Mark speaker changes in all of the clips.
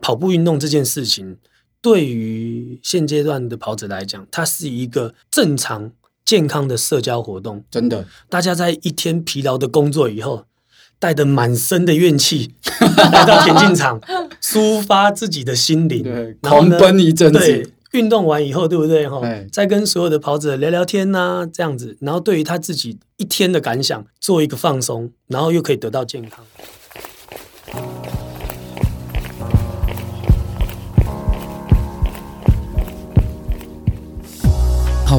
Speaker 1: 跑步运动这件事情，对于现阶段的跑者来讲，它是一个正常健康的社交活动。
Speaker 2: 真的，
Speaker 1: 大家在一天疲劳的工作以后，带着满身的怨气 来到田径场，抒发自己的心灵，
Speaker 2: 对，
Speaker 1: 然后
Speaker 2: 狂
Speaker 1: 呢
Speaker 2: 奔一阵
Speaker 1: 对
Speaker 2: 子，，
Speaker 1: 运动完以后，对不对？哈
Speaker 2: 哎，
Speaker 1: 再跟所有的跑者聊聊天呐、这样子，然后对于他自己一天的感想做一个放松，然后又可以得到健康。
Speaker 3: 跑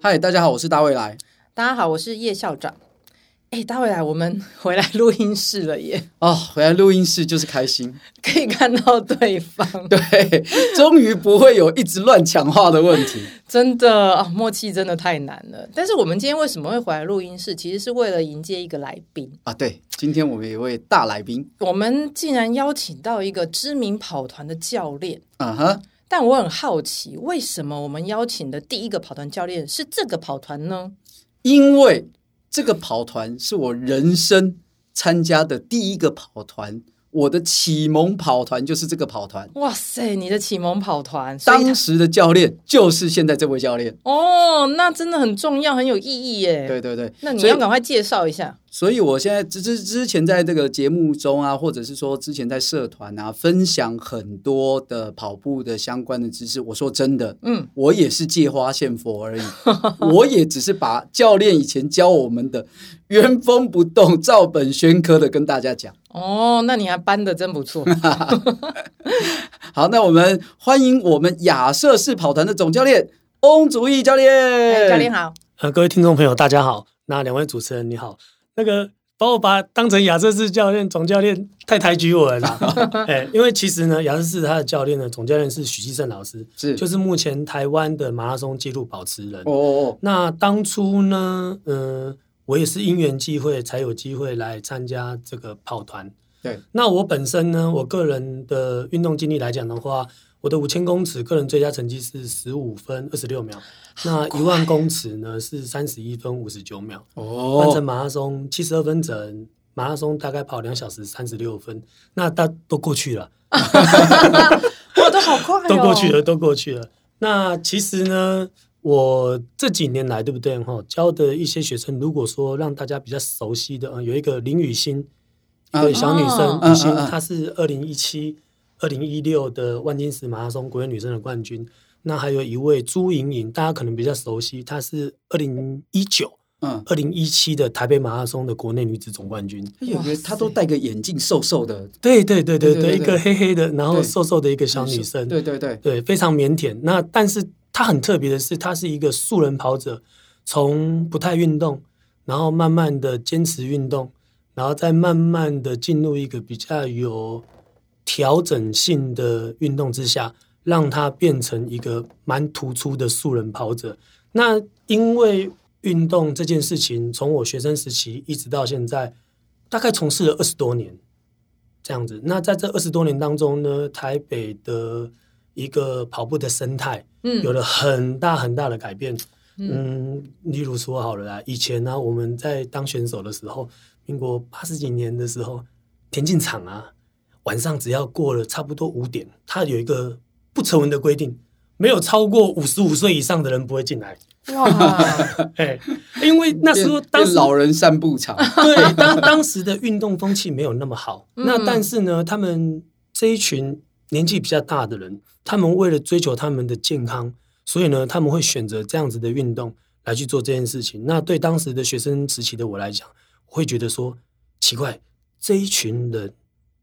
Speaker 2: 嗨，大家好，我是大未来。
Speaker 4: 大家好，我是叶校长。哎，大未来，我们 回来录音室了耶，
Speaker 2: 哦，回来录音室就是开心，
Speaker 4: 可以看到对方，
Speaker 2: 对，终于不会有一直乱讲话的问题。
Speaker 4: 真的啊、默契真的太难了。但是我们今天为什么会回来录音室，其实是为了迎接一个来宾。
Speaker 2: 啊，对，今天我们有一位大来宾，
Speaker 4: 我们竟然邀请到一个知名跑团的教练，
Speaker 2: 啊哈，
Speaker 4: 但我很好奇，为什么我们邀请的第一个跑团教练是这个跑团呢？
Speaker 2: 因为这个跑团是我人生参加的第一个跑团，我的启蒙跑团就是这个跑团。
Speaker 4: 哇塞，你的启蒙跑团，所以他
Speaker 2: 当时的教练就是现在这位教练，
Speaker 4: 哦，那真的很重要，很有意义耶。
Speaker 2: 对对对。
Speaker 4: 那你
Speaker 2: 所以
Speaker 4: 要赶快介绍一下。
Speaker 2: 所以我现在之之之前在这个节目中啊，或者是说之前在社团啊，分享很多的跑步的相关的知识。我说真的，
Speaker 4: 嗯，
Speaker 2: 我也是借花献佛 而已，我也只是把教练以前教我们的原封不动、照本宣科的跟大家讲。
Speaker 4: 哦，那你还搬的真 不错。
Speaker 2: 好，那我们欢迎我们亚瑟士跑团的总教练翁竹义教练。
Speaker 4: 哎教练 好，
Speaker 1: 呃，各位听众朋友，大家好。那两位主持人你好，那个把我把当成亚瑟士教练总教练太抬举我了啦。哎，因为其实呢，亚瑟士他的教练呢，总教练是许继胜老师，
Speaker 2: 是
Speaker 1: 就是目前台湾的马拉松纪录保持人。
Speaker 2: 哦哦
Speaker 1: 那当初呢，嗯，我也是因缘际会才有机会来参加这个跑团。
Speaker 2: 对，
Speaker 1: 那我本身呢，我个人的运动经历来讲的话，我的五千公尺个人最佳成绩是十五分二十六秒，那一万公尺呢是三十一分五十九秒，
Speaker 2: 哦
Speaker 1: 半
Speaker 2: 哦
Speaker 1: 程，马拉松七十二分整，马拉松大概跑两小时三十六分，那大都过去了。
Speaker 4: 哇，都好快哦，
Speaker 1: 都过去
Speaker 2: 哎
Speaker 1: 了，。都过去了。那其实呢，我这几年来，对不对？哈，教的一些学生，如果说让大家比较熟悉的，嗯，有一个林雨欣，一
Speaker 2: 啊
Speaker 1: 个小女生
Speaker 4: 哦，
Speaker 1: 雨欣，
Speaker 2: 嗯嗯嗯
Speaker 1: 她是二零一七、二零一六的万金石马拉松国人女生的冠军。那还有一位朱莹莹，大家可能比较熟悉，她是二零一九、
Speaker 2: 嗯，
Speaker 1: 二零一七的台北马拉松的国内女子总冠军。
Speaker 2: 他有一
Speaker 4: 哇
Speaker 2: 个
Speaker 4: 塞
Speaker 2: 他都戴个眼镜，瘦瘦的
Speaker 1: 对对对对
Speaker 2: 对对
Speaker 1: 对，
Speaker 2: 对
Speaker 1: 一个黑黑的，然后
Speaker 2: 对
Speaker 1: 瘦瘦的一个小女生。
Speaker 2: 对对对，
Speaker 1: 对，非常腼腆。那但是他很特别的是，他是一个素人跑者，从不太运动，然后慢慢的坚持运动，然后再慢慢的进入一个比较有调整性的运动之下，让他变成一个蛮突出的素人跑者。那因为运动这件事情，从我学生时期一直到现在，大概从事了二十多年。这样子。那在这二十多年当中呢，台北的一个跑步的生态
Speaker 4: 嗯
Speaker 1: 有了很大很大的改变。嗯，例如说好了啦，以前呢、我们在当选手的时候，民国八十几年的时候，田径场啊，晚上只要过了差不多五点，它有一个不成文的规定，没有超过五十五岁以上的人不会进来。
Speaker 4: 哇，
Speaker 1: 哎、因为那时候
Speaker 2: 变
Speaker 1: 当
Speaker 2: 变
Speaker 1: 时
Speaker 2: 老人散 步场，
Speaker 1: 对，当当时的运动风气没有那么好。
Speaker 4: 嗯
Speaker 1: 那但是呢，他们这一群年纪比较大的人，他们为了追求他们的健康，所以呢，他们会选择这样子的运动来去做这件事情。那对当时的学生时期的我来讲，我会觉得说奇怪，这一群人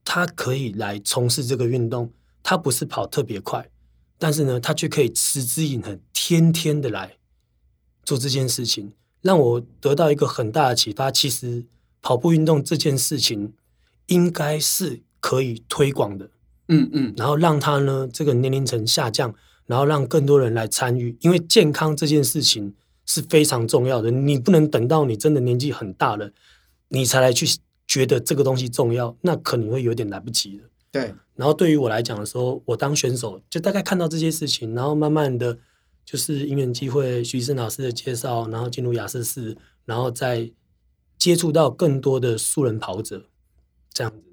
Speaker 1: 他可以来从事这个运动，他不是跑特别快，但是呢，他却可以持之以恒，天天的来做这件事情，让我得到一个很大的启发。其实跑步运动这件事情，应该是可以推广的，
Speaker 2: 嗯嗯，
Speaker 1: 然后让它呢这个年龄层下降，然后让更多人来参与，因为健康这件事情是非常重要的，你不能等到你真的年纪很大了，你才来去觉得这个东西重要，那可能会有点来不及了。
Speaker 2: 对，
Speaker 1: 然后对于我来讲的时候，我当选手就大概看到这些事情，然后慢慢的就是因缘机会，徐医生老师的介绍，然后进入雅思四，然后再接触到更多的素人跑者，这样子。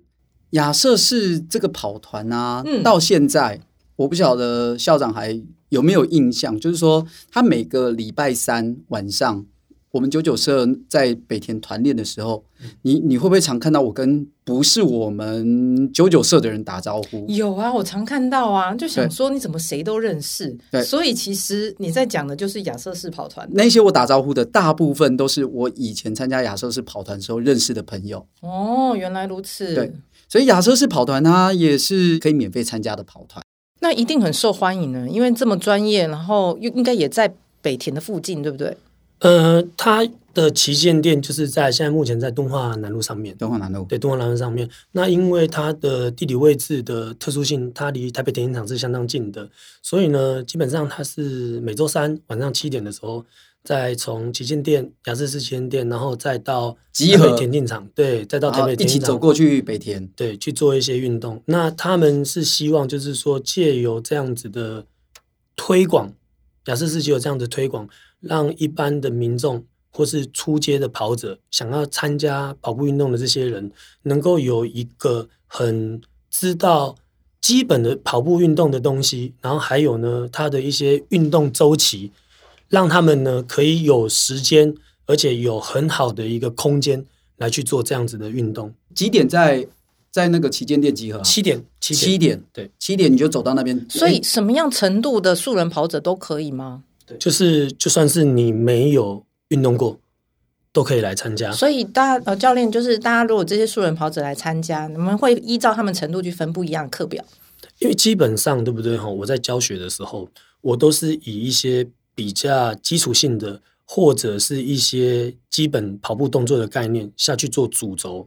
Speaker 2: 亚瑟士这个跑团啊，
Speaker 4: 嗯
Speaker 2: 到现在我不晓得校长还有没有印象，就是说他每个礼拜三晚上，我们九九社在北田团练的时候，
Speaker 1: 嗯
Speaker 2: 你你会不会常看到我跟不是我们九九社的人打招呼？
Speaker 1: 嗯
Speaker 4: 有啊，我常看到啊，就想
Speaker 2: 对
Speaker 4: 说你怎么谁都认识
Speaker 2: 对，
Speaker 4: 所以其实你在讲的就是亚瑟士跑团
Speaker 2: 那些我打招呼的大部分都是我以前参加亚瑟士跑团时候认识的朋友，
Speaker 4: 哦，原来如此，
Speaker 2: 对所以亚瑟士跑团它也是可以免费参加的跑团。
Speaker 4: 那一定很受欢迎呢，因为这么专业，然后又应该也在北田的附近，对不对？
Speaker 1: 呃，它的旗舰店就是在现在目前在敦化南路上面，
Speaker 2: 东华南路，
Speaker 1: 对，敦化南路上面。那因为它的地理位置的特殊性，它离台北田径场是相当近的，所以呢，基本上它是每周三晚上七点的时候，再从旗舰店、雅士士旗舰店，然后再到
Speaker 2: 集
Speaker 1: 台北
Speaker 2: 合
Speaker 1: 田径场，对，再到
Speaker 2: 然
Speaker 1: 台
Speaker 2: 后
Speaker 1: 北
Speaker 2: 啊一
Speaker 1: 田
Speaker 2: 起
Speaker 1: 径
Speaker 2: 走
Speaker 1: 场，
Speaker 2: 过去北田。
Speaker 1: 对，去做一些运动。那他们是希望就是说，借由这样子的推广，雅士士借由这样的推广，让一般的民众或是出街的跑者，想要参加跑步运动的这些人，能够有一个很知道基本的跑步运动的东西，然后还有呢，它的一些运动周期，让他们呢可以有时间，而且有很好的一个空间来去做这样子的运动。
Speaker 2: 几点在在那个旗舰店集合啊、
Speaker 1: 七点，七点，
Speaker 2: 七点，
Speaker 1: 对，
Speaker 2: 七点你就走到那边。
Speaker 4: 所以
Speaker 2: 哎
Speaker 4: 什么样程度的素人跑者都可以吗？
Speaker 1: 就是就算是你没有运动过，都可以来参加。
Speaker 4: 所以大家呃教练就是大家如果这些素人跑者来参加，你们会依照他们程度去分不一样的课表。
Speaker 1: 因为基本上对不对哈？我在教学的时候，我都是以一些比较基础性的，或者是一些基本跑步动作的概念下去做主轴，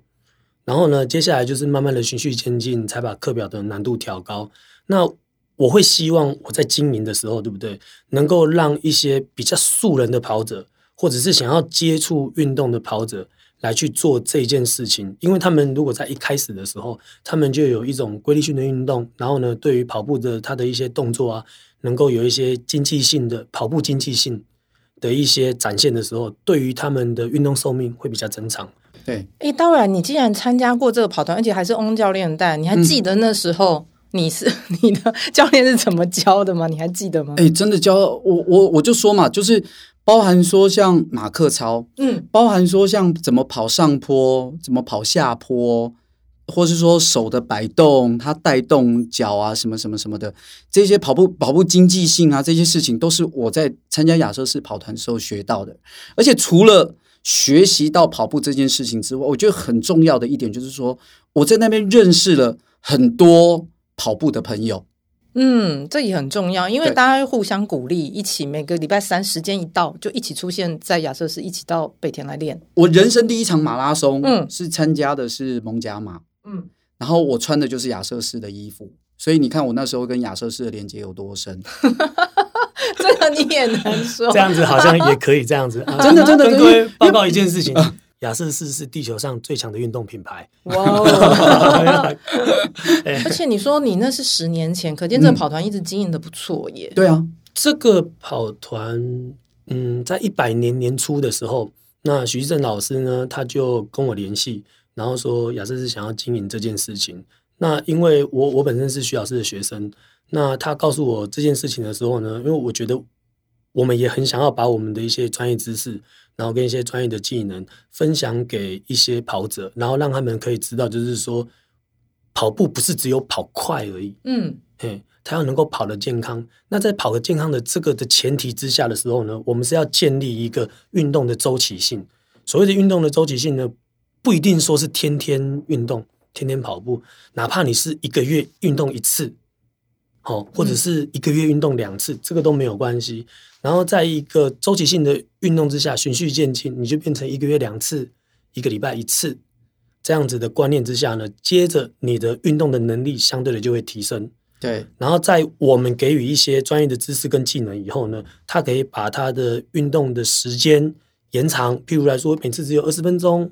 Speaker 1: 然后呢，接下来就是慢慢的循序渐进，才把课表的难度调高。那我会希望我在经营的时候，对不对，能够让一些比较素人的跑者，或者是想要接触运动的跑者。来去做这件事情，因为他们如果在一开始的时候，他们就有一种规律性的运动，然后呢，对于跑步的他的一些动作啊，能够有一些经济性的跑步经济性的一些展现的时候，对于他们的运动寿命会比较增长。
Speaker 2: 对，
Speaker 4: 诶，当然，你既然参加过这个跑团，而且还是翁教练带，你还
Speaker 1: 嗯
Speaker 4: 记得那时候你是、 你的教练是怎么教的吗？你还记得吗？
Speaker 2: 哎，真的教我我我就说嘛，就是包含说像马克操，
Speaker 4: 嗯，
Speaker 2: 包含说像怎么跑上坡，怎么跑下坡，或是说手的摆动，它带动脚啊，什么什么什么的，这些跑步跑步经济性啊，这些事情都是我在参加亚瑟士跑团时候学到的。而且除了学习到跑步这件事情之外，我觉得很重要的一点就是说，我在那边认识了很多跑步的朋友。
Speaker 4: 嗯，这也很重要，因为
Speaker 2: 对
Speaker 4: 大家会互相鼓励，一起每个礼拜三时间一到，就一起出现在亚瑟士，一起到北田来练。
Speaker 2: 我人生第一场马拉松，
Speaker 4: 嗯
Speaker 2: 是参加的是蒙甲马，
Speaker 4: 嗯，
Speaker 2: 然后我穿的就是亚瑟士的衣服，所以你看我那时候跟亚瑟士的连接有多 深，
Speaker 4: 这个你也能说
Speaker 1: 这。样子好像也可以这样 子，啊
Speaker 2: 真的真的
Speaker 1: 跟
Speaker 2: 真
Speaker 1: 各
Speaker 2: 的
Speaker 1: 位报告一件事情。雅瑟士是地球上最强的运动品 牌，
Speaker 4: 哇
Speaker 1: 啊
Speaker 4: 哦！
Speaker 1: 哎
Speaker 4: 而且你说你那是十年前，可
Speaker 1: 嗯
Speaker 4: 见这个跑团一直经营的不错耶。
Speaker 2: 对啊，
Speaker 1: 这个跑团，嗯，在一百年年初的时候，那徐正老师呢，他就跟我联系，然后说亚瑟是想要经营这件事情。那因为我我本身是徐老师的学生，那他告诉我这件事情的时候呢，因为我觉得我们也很想要把我们的一些专业知识，然后跟一些专业的技能分享给一些跑者，然后让他们可以知道，就是说跑步不是只有跑快而已，
Speaker 4: 嗯，
Speaker 1: 嘿，他要能够跑得健康。那在跑得健康的这个的前提之下的时候呢，我们是要建立一个运动的周期性。所谓的运动的周期性呢，不一定说是天天运动、天天跑步，哪怕你是一个月运动一次，好、或者
Speaker 4: 嗯
Speaker 1: 是一个月运动两次，这个都没有关系。然后在一个周期性的运动之下，循序渐进，你就变成一个月两次，一个礼拜一次，这样子的观念之下呢，接着你的运动的能力相对的就会提升。
Speaker 2: 对，
Speaker 1: 然后在我们给予一些专业的知识跟技能以后呢，他可以把他的运动的时间延长，譬如来说每次只有二十分钟，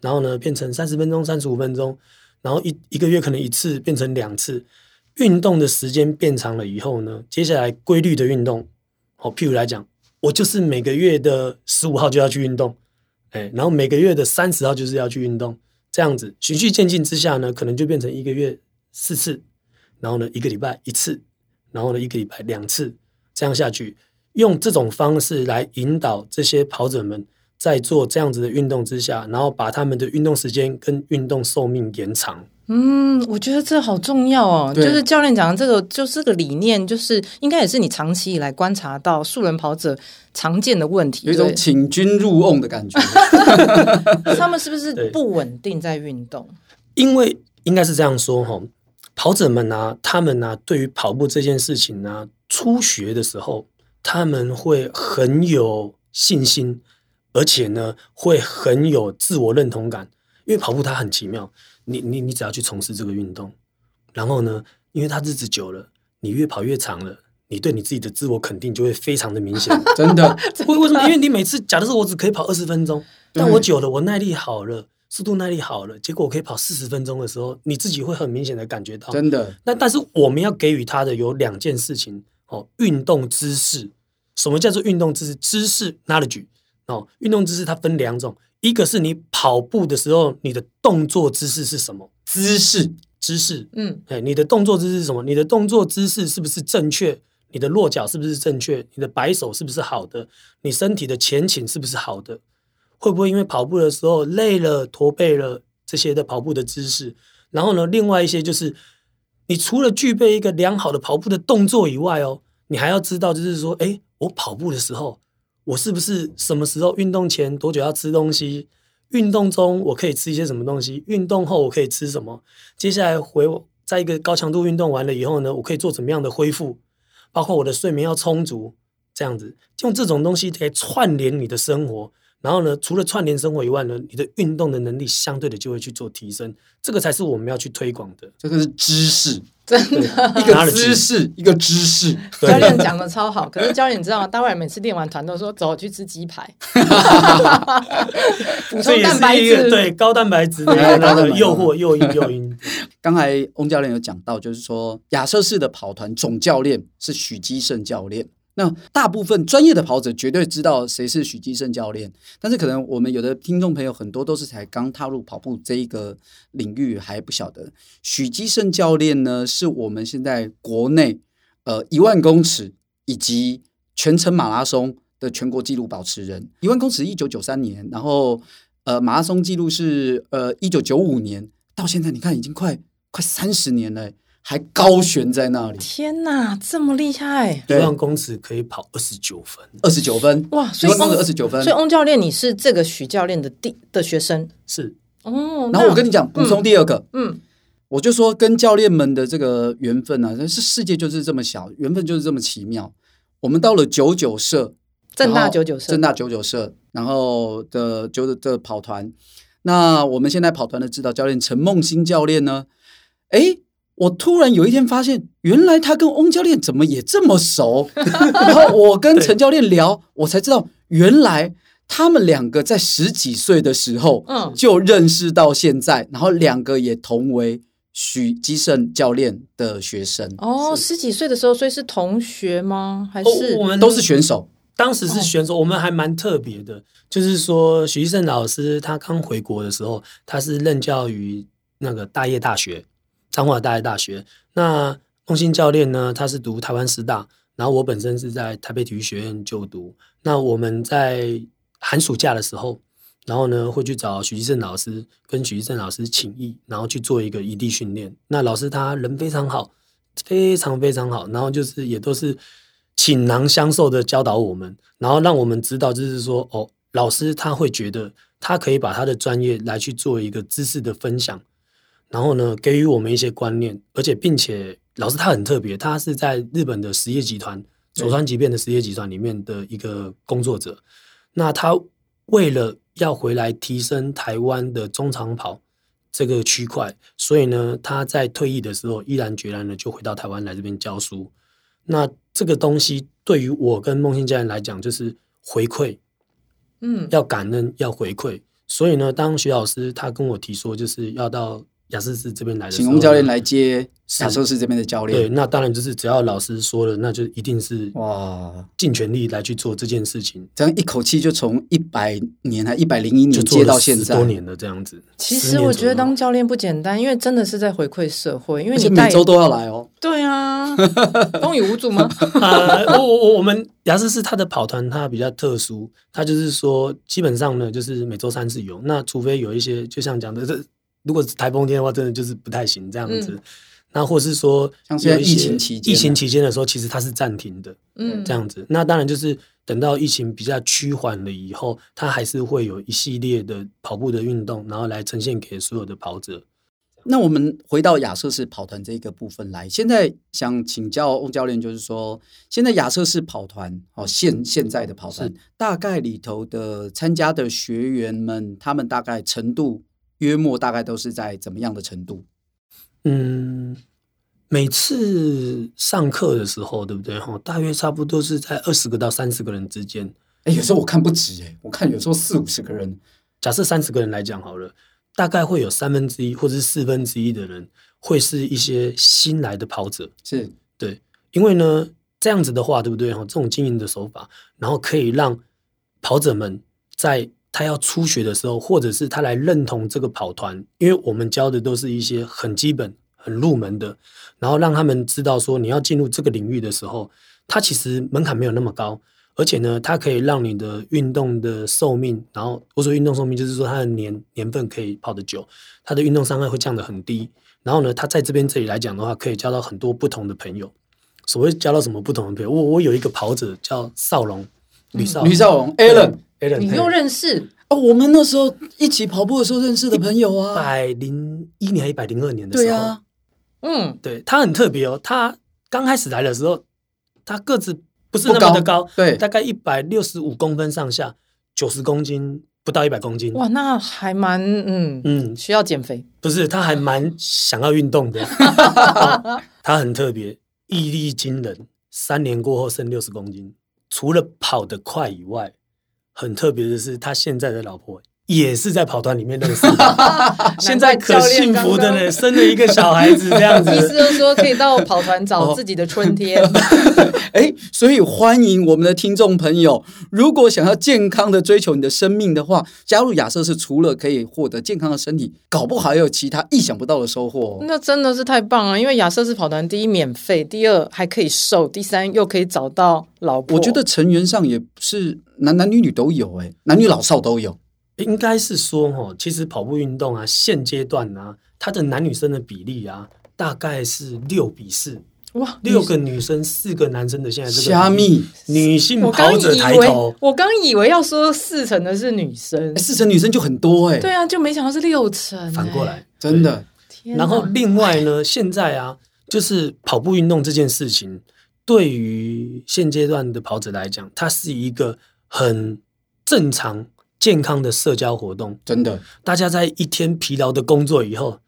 Speaker 1: 然后呢变成三十分钟、三十五分钟，然后一一个月可能一次变成两次，运动的时间变长了以后呢，接下来规律的运动，哦，譬如来讲，我就是每个月的十五号就要去运动，哎，然后每个月的三十号就是要去运动，这样子循序渐进之下呢，可能就变成一个月四次。然后呢，一个礼拜一次，然后呢，一个礼拜两次，这样下去，用这种方式来引导这些跑者们在做这样子的运动之下，然后把他们的运动时间跟运动寿命延长。
Speaker 4: 嗯，我觉得这好重要哦。就
Speaker 2: 对
Speaker 4: 是教练讲的这个，就是这个理念，就是应该也是你长期以来观察到素人跑者常见的问题。
Speaker 2: 有一种
Speaker 4: 对
Speaker 2: 请君入瓮 的感觉。
Speaker 4: 他们是不是
Speaker 1: 对
Speaker 4: 不稳定在运动？
Speaker 1: 因为应该是这样说哈，跑者们啊，他们啊，对于跑步这件事情呢、初学的时候，他们会很有信心，而且呢，会很有自我认同感。因为跑步它很奇妙，你你你只要去从事这个运动，然后呢，因为它日子久了，你越跑越长了，你对你自己的自我肯定就会非常的明显。
Speaker 2: 真的，嗯
Speaker 1: 为为什么？因为你每次假的是我只可以跑二十分钟，但
Speaker 2: 对
Speaker 1: 我久了，我耐力好了，速度耐力好了，结果我可以跑四十分钟的时候，你自己会很明显的感觉到。
Speaker 2: 真的，
Speaker 1: 那但是我们要给予他的有两件事情哦，运动知识。什么叫做运动知识？知识 knowledge 哦，运动知识它分两种，一个是你跑步的时候你的动作姿势是什么，
Speaker 2: 姿势
Speaker 1: 知识
Speaker 4: 嗯，
Speaker 1: 哎，你的动作姿势是什么？你的动作姿势是不是正确？你的落脚是不是正确？你的摆手是不是好的？你身体的前倾是不是好的？会不会因为跑步的时候累了、驼背了这些的跑步的姿势？然后呢，另外一些就是，你除了具备一个良好的跑步的动作以外哦，你还要知道，就是说，哎，我跑步的时候，我是不是什么时候运动前多久要吃东西？运动中我可以吃一些什么东西？运动后我可以吃什么？接下来回我在一个高强度运动完了以后呢，我可以做怎么样的恢复？包括我的睡眠要充足，这样子用这种东西来串联你的生活。然后呢，除了串联生活以外呢，你的运动的能力相对的就会去做提升，这个才是我们要去推广的。
Speaker 2: 这个是知识，
Speaker 4: 真的。
Speaker 1: 哦
Speaker 2: 一 个姿势，一个知识。
Speaker 1: 对
Speaker 4: 教练讲的超好， 可是教练你知道吗？大卫每次练完团都说走去吃 鸡排，补
Speaker 1: 这
Speaker 4: 充
Speaker 1: 也
Speaker 4: 蛋白
Speaker 1: 是一
Speaker 4: 质。
Speaker 1: 个对高蛋白质的一个那个诱惑诱因诱因。
Speaker 2: 刚才翁教练有讲到，就是说亚瑟士的跑团总教练是许基胜教练。那大部分专业的跑者绝对知道谁是许基胜教练，但是可能我们有的听众朋友很多都是才刚踏入跑步这一个领域还不晓得。许基胜教练呢，是我们现在国内呃一万公尺以及全程马拉松的全国纪录保持人。一万公尺一九九三年，然后呃马拉松纪录是呃一九九五年，到现在你看已经快快三十年了，还高悬在那里，
Speaker 4: 天哪，这么厉害！
Speaker 1: 一
Speaker 2: 对，
Speaker 1: 万公尺可以跑二十九分，
Speaker 2: 二十九分，
Speaker 4: 哇，
Speaker 2: 一
Speaker 4: 啊所以
Speaker 2: 万公尺二
Speaker 4: 翁
Speaker 2: 十九分
Speaker 4: 所以。哦翁教练你是这个许教练的弟的学生
Speaker 1: 是
Speaker 4: 哦。
Speaker 2: 然后我跟
Speaker 4: 你
Speaker 2: 你讲，补充第二个，
Speaker 4: 嗯，
Speaker 2: 我就说跟教练们的这个缘分啊，是世界就是这么小，缘分就是这么奇妙。我们到了九九社，
Speaker 4: 正
Speaker 2: 然
Speaker 4: 大
Speaker 2: 后
Speaker 4: 九九社，
Speaker 2: 正大九九社，然后的九九的跑团。那我们现在跑团的指导教练陈梦欣教练呢？诶，我突然有一天发现，原来他跟翁教练怎么也这么 熟。然后我跟陈教练聊，我才知道原来他们两个在十几岁的时候，
Speaker 4: 嗯
Speaker 2: 就认识到现在，然后两个也同为许基胜教练的学生。
Speaker 4: 哦，十几岁的时候，所以是同学吗？还是
Speaker 1: 哦我们
Speaker 2: 都是选手，
Speaker 1: 当时是选手，我们还蛮特别的，就是说许医生老师他刚回国的时候，他是任教于那个大业大学，彰化大业大学。那梦欣教练呢，他是读台湾师大，然后我本身是在台北体育学院就读。那我们在寒暑假的时候，然后呢会去找许医生老师，跟许医生老师请益，然后去做一个异地训练。那老师他人非常好，非常非常好，然后就是也都是倾囊相授的教导我们，然后让我们知道，就是说哦，老师他会觉得他可以把他的专业来去做一个知识的分享，然后呢给予我们一些观念，而且并且老师他很特别，他是在日本的实业集团
Speaker 2: 对
Speaker 1: 佐川急便的实业集团里面的一个工作者，那他为了要回来提升台湾的中长跑，这个区块，所以呢，他在退役的时候毅然决然的就回到台湾来这边教书。那这个东西对于我跟梦欣家人来讲，就是回馈，
Speaker 4: 嗯，
Speaker 1: 要感恩，要回馈。所以呢，当徐老师他跟我提说，就是要到雅思市这边来的时
Speaker 2: 请
Speaker 1: 候，
Speaker 2: 翁教练来接
Speaker 1: 是
Speaker 2: 亚洲市这边的教
Speaker 1: 嗯对，
Speaker 2: 练，
Speaker 1: 那当然就是只要老师说了，那就一定是
Speaker 2: 哇，
Speaker 1: 尽全力来去做这件事情。
Speaker 2: 这样一口气就从一百年还一百零一
Speaker 1: 就
Speaker 2: 年
Speaker 1: 做
Speaker 2: 接
Speaker 1: 了
Speaker 2: 到现
Speaker 1: 十
Speaker 2: 在，
Speaker 1: 多年了，这样子。
Speaker 4: 其
Speaker 1: 10
Speaker 4: 实
Speaker 1: 年
Speaker 4: 我
Speaker 1: 左
Speaker 4: 觉得
Speaker 1: 右
Speaker 4: 当教练不简单，因为真的是在回馈社会，因为
Speaker 2: 而且
Speaker 4: 你
Speaker 2: 每
Speaker 4: 带
Speaker 2: 周都要来哦。
Speaker 4: 对 啊，风雨无阻吗？
Speaker 1: 呃，我我我们雅思是它的跑团，它比较特殊，它就是说基本上呢，就是每周三次有，那除非有一些就像讲的，这如果是台风天的话，真的就是不太行这样子。那或是说，
Speaker 2: 像现在疫情期间啊
Speaker 1: 疫情期间的时候，其实它是暂停的
Speaker 4: 嗯，
Speaker 1: 这样子。那当然就是等到疫情比较趋缓了以后，它还是会有一系列的跑步的运动，然后来呈现给所有的跑者。
Speaker 2: 那我们回到亚瑟士跑团这个部分来，现在想请教翁教练，就是说，现在亚瑟士跑团哦，现现在的跑团
Speaker 1: 是
Speaker 2: 大概里头的参加的学员们，他们大概程度约莫大概都是在怎么样的程度？
Speaker 1: 嗯，每次上课的时候，对不对？哈，大约差不多是在二十个到三十个人之间。
Speaker 2: 哎，有时候我看不止哎，我看有时候四五十个人，
Speaker 1: 假设三十个人来讲好了，大概会有三分之一或者是四分之一的人会是一些新来的跑者，
Speaker 2: 是
Speaker 1: 对，因为呢这样子的话，对不对？哈，这种经营的手法，然后可以让跑者们在他要初学的时候，或者是他来认同这个跑团，因为我们教的都是一些很基本、很入门的，然后让他们知道说，你要进入这个领域的时候，它其实门槛没有那么高。而且呢，它可以让你的运动的寿命，然后我说运动寿命就是说它的年年份可以跑得久，它的运动伤害会降得很低。然后呢，他在这边这里来讲的话，可以交到很多不同的朋友。所谓交到什么不同的朋友，我我有一个跑者叫少龙，吕少
Speaker 2: 吕少荣 Alan
Speaker 1: Alan，
Speaker 4: 你又认识，
Speaker 2: 哦，我们那时候一起跑步的时候认识的朋友啊，
Speaker 1: 百零一年还一百零二年的时候，
Speaker 2: 对啊，
Speaker 4: 嗯，
Speaker 1: 对他很特别哦。他刚开始来的时候，他个子不是
Speaker 2: 不
Speaker 1: 那么的高，
Speaker 2: 对，
Speaker 1: 大概一百六十五公分上下，九十公斤不到一百公斤。
Speaker 4: 哇，那还蛮嗯，
Speaker 1: 嗯，
Speaker 4: 需要 减肥，
Speaker 1: 不是，他还蛮想要运动的，哦他很特别，毅力惊人，三年过后剩六十公斤。除了跑得快以外，很特别的是，他现在的老婆也是在跑团里面认识的，
Speaker 4: 啊
Speaker 1: 现在可幸福的呢，生了一个小孩子这样
Speaker 4: 意思
Speaker 1: 子。
Speaker 4: 就是说可以到跑团
Speaker 2: 哦
Speaker 4: 找自己的春天。
Speaker 2: 哎，所以欢迎我们的听众朋友，如果想要健康的追求你的生命的话，加入亚瑟士除了可以获得健康的身体，搞不好还有其他意想不到的收获哦。
Speaker 4: 那真的是太棒了，因为亚瑟士跑团第一免费，第二还可以瘦，第三又可以找到老婆。
Speaker 2: 我觉得成员上也是男男女女都有、哎，男女老少都有。
Speaker 1: 应该是说，哦，其实跑步运动啊，现阶段啊，它的男女生的比例啊，大概是六比四，
Speaker 4: 哇，
Speaker 1: 六个女生四个男生的现在这个比例
Speaker 2: 虾米，
Speaker 1: 女性
Speaker 4: 我刚
Speaker 1: 嗯跑者
Speaker 4: 以
Speaker 1: 抬
Speaker 4: 为
Speaker 1: 头，
Speaker 4: 我刚以为要说四成的是女生
Speaker 2: 哎，四成女生就很多哎、
Speaker 4: 对啊，就没想到是六成、
Speaker 1: 反过来
Speaker 4: 哎，，
Speaker 2: 真的。
Speaker 4: 天哪
Speaker 1: 然后另外呢，现在啊，就是跑步运动这件事情，对于现阶段的跑者来讲，它是一个很正常、健康的社交活动。
Speaker 2: 真的，
Speaker 1: 大家在一天疲劳的工作以后，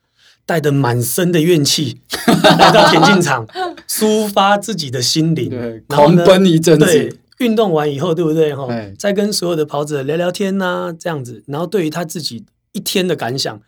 Speaker 1: 带着满身的怨 气来到田径场，抒发自己的心灵，
Speaker 2: 对
Speaker 1: 然后呢
Speaker 2: 狂奔一阵子
Speaker 1: 对，运动完以后，对不对？哈
Speaker 2: 哎，
Speaker 1: 再跟所有的跑者聊聊天呐、这样子，然后对于他自己一天的感想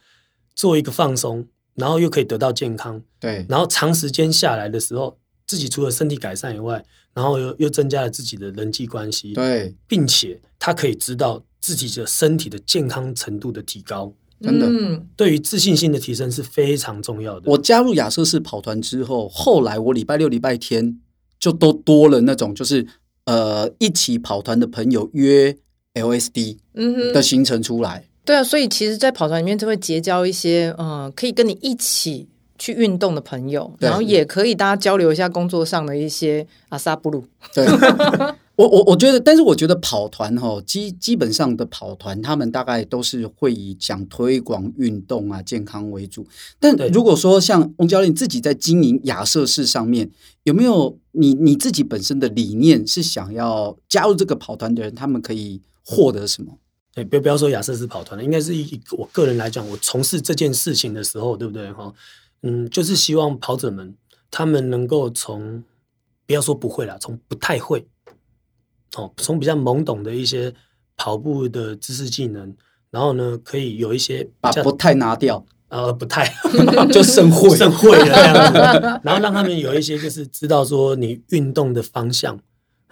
Speaker 1: 做一个放松，然后又可以得到健康，
Speaker 2: 对，
Speaker 1: 然后长时间下来的时候，自己除了身体改善以外，然后又又增加了自己的人际关系，
Speaker 2: 对，
Speaker 1: 并且他可以知道自己的身体的健康程度的提高，
Speaker 2: 真的
Speaker 4: 嗯，
Speaker 1: 对于自信心的提升是非常重要的。
Speaker 2: 我加入亚瑟士跑团之后，后来我礼拜六、礼拜天就都多了那种，就是呃一起跑团的朋友约 LSD
Speaker 4: 嗯哼
Speaker 2: 的行程出来。
Speaker 4: 对啊，所以其实，在跑团里面就会结交一些，嗯，可以跟你一起去运动的朋友，
Speaker 2: 对
Speaker 4: 然后也可以大家交流一下工作上的一些啊阿萨布鲁。
Speaker 2: 对，我我我觉得，但是我觉得跑团哈、哦，基基本上的跑团，他们大概都是会以讲推广运动啊、健康为主。但
Speaker 1: 对
Speaker 2: 如果说像翁教练自己在经营亚瑟士上面，有没有你你自己本身的理念是想要加入这个跑团的人，他们可以获得什么？
Speaker 1: 对，不要不要说亚瑟士跑团了，应该是以我个人来讲，我从事这件事情的时候，对不对？哈，嗯，就是希望跑者们他们能够从不要说不会啦，从不太会，哦，从比较懵懂的一些跑步的知识技能，然后呢，可以有一些比
Speaker 2: 把
Speaker 1: 较
Speaker 2: 不太拿掉，
Speaker 1: 呃不 太
Speaker 2: 就剩会。
Speaker 1: 盛会了这样子，然后让他们有一些就是知道说你运动的方向。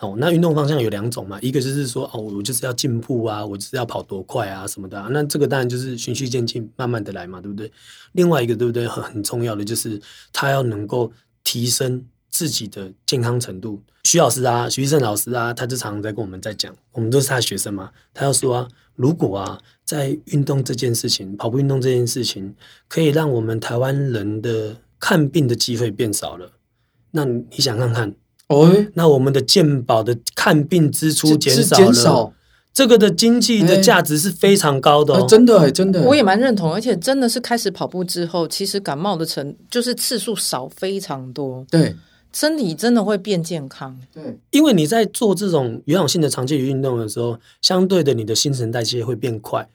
Speaker 1: 哦，那运动方向有两种嘛，一个就是说哦，我就是要进步啊，我就是要跑多快啊什么的啊、那这个当然就是循序渐进，慢慢的来嘛，对不对？另外一个对不对，很很重要的就是他要能够提升自己的健康程度。徐老师啊，徐医生老师啊，他就常常在跟我们在讲，我们都是他的学生嘛，他要说啊，如果啊，在运动这件事情，跑步运动这件事情，可以让我们台湾人的看病的机会变少了，那你你想看看，
Speaker 2: 哦，
Speaker 1: 那我们的健保的看病支出
Speaker 2: 这
Speaker 1: 减
Speaker 2: 这
Speaker 1: 少了，
Speaker 2: 减少，
Speaker 1: 这个的经济的价值是非常高的、哦
Speaker 2: 呃真的哎，真的欸，
Speaker 4: 我也蛮认同，而且真的是开始跑步之后，其实感冒的程就是次数少非常多，
Speaker 2: 对
Speaker 4: 身体真的会变健康。
Speaker 2: 对，
Speaker 1: 因为你在做这种有氧性的长距离运动的时候，相对的你的新陈代谢会变快。